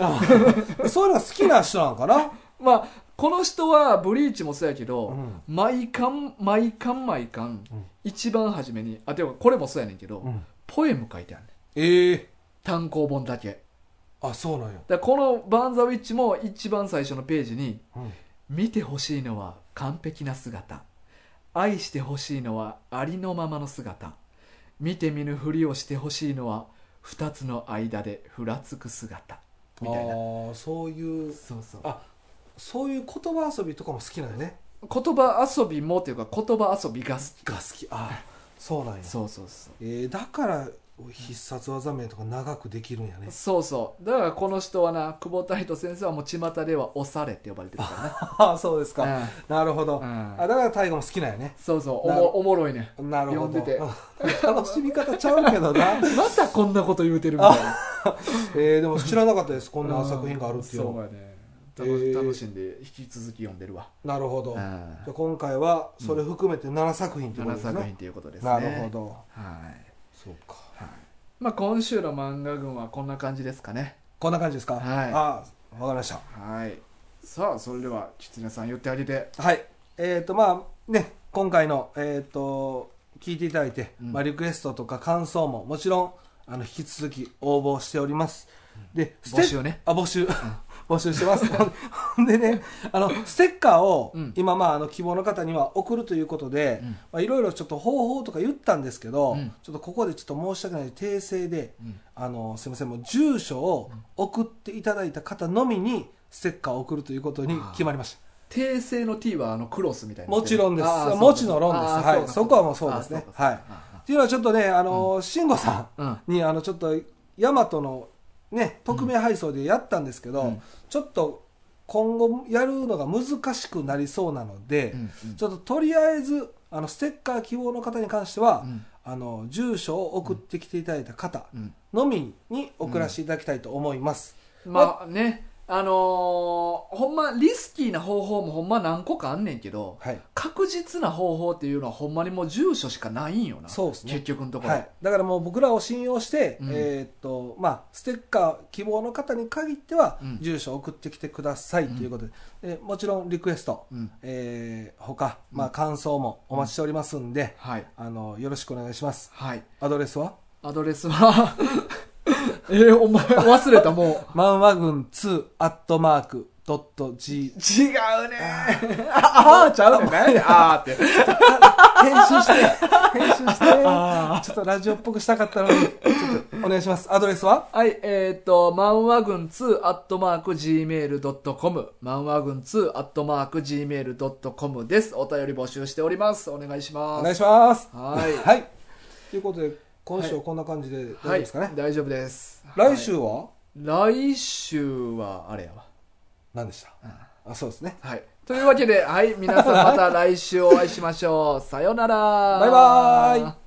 そういうのが好きな人なんかな
まあこの人はブリーチもそうやけど、
うん
毎巻毎巻毎巻、
うん
一番初めにあてかこれもそうやねんけど、
うん
ポエム書いてあるねん
ええ
単行本だけだか
あそうなんや
らこの「バーン・ザ・ウィッチ」も一番最初のページに
うん
「見てほしいのは完璧な姿愛してほしいのはありのままの姿見て見ぬふりをしてほしいのは二つの間でふらつく姿」みたいな
ああそういう
そうそう
あそういう言葉遊びとかも好きなんよね
言葉遊びもっていうか言葉遊びが好き
が好きあそうなんや
そうそうそう
えーだから必殺技名とか長くできるん やね
そうそうだからこの人はな久保太斗先生はもう巷では「おされ」って呼ばれてるか
ああそうです
らな、
なるほど、
うん
あだから大悟も好きなんやね
そうそうお
なる
もおもろいね
なるほど
呼んでて
楽しみ方ちゃうけどな
またこんなこと言うてるみたいな
えーでも知らなかったですこんな作品があるっていうの
そうやね
え
楽
ー
楽しんで引き続き読んでるわ、
なるほど、
う
じゃ
ん
あ今回はそれ含めて7作品というこ
7
とですね,、
作品ということですね
なるほど
はい
そうか
まあ、今週の漫画群はこんな感じですかね
こんな感じですか
はい
ああわかりまし
はいさあそれでは狐さん言ってあげて
たはいえっ、とまあね今回のえっ、と聞いていただいて、
うん
まあリクエストとか感想ももちろんあの引き続き応募しております。でステ
募集ね
あ募集、 募集してます。 ほんでねあのステッカーを、
うん
今まああの希望の方には送るということで、
うん
まあいろいろちょっと方法とか言ったんですけど、
うん
ちょっとここでちょっと申し訳ない訂正で。
うん
あのすみませんもう住所を送っていただいた方のみにステッカーを送るということに決まりまし
訂正の T はあのクロスみたい
た
な
もちろんです
あー
もちろんです
あー
は
う
い
か
そこはもうそうですね
あー
はいっていうのはちょっとねあの慎吾さ
そうかうん
んにあのちょっとヤマトのね匿名配送でやったんですけど、
うん
ちょっと今後やるのが難しくなりそうなので、
うんうん
ちょっととりあえずあのステッカー希望の方に関しては、
うん
あの住所を送ってきていただいた方、
うん
のみに送らせていただきたいと思います、
まあねあのーほんまリスキーな方法もほんま何個かあんねんけど
はい
確実な方法っていうのはほんまにもう住所しかないんよな
そうですね
結局のところ、
はい、だからもう僕らを信用して、
うん
えーっとまあ、ステッカー希望の方に限っては、
うん
住所を送ってきてくださいということで、えもちろんリクエスト、
うん
えー他、まあ、感想もお待ちしておりますんで、
はい
あのよろしくお願いします
はい
アドレスは
アドレスは えー、お前忘れたもう
マンワグン2アットマークドット G
違うね ああーちゃうね何や あーって
編 集して編集してちょっとラジオっぽくしたかったのにちょっとお願いしますアドレスは
はい、えーっ、と、マンワ軍2アットマーク Gmail.com、マンワ軍2アットマーク Gmail.com です。お便り募集しております。お願いします。
お願いします
はい
はいということで今週はこんな感じで大丈夫ですかね、
はい、大丈夫です。
来週は
はい、来週は、あれやわ。
何でした、あそうですね
はい。というわけで、はい、皆さんまた来週お会いしましょう。さよなら。
バイバーイ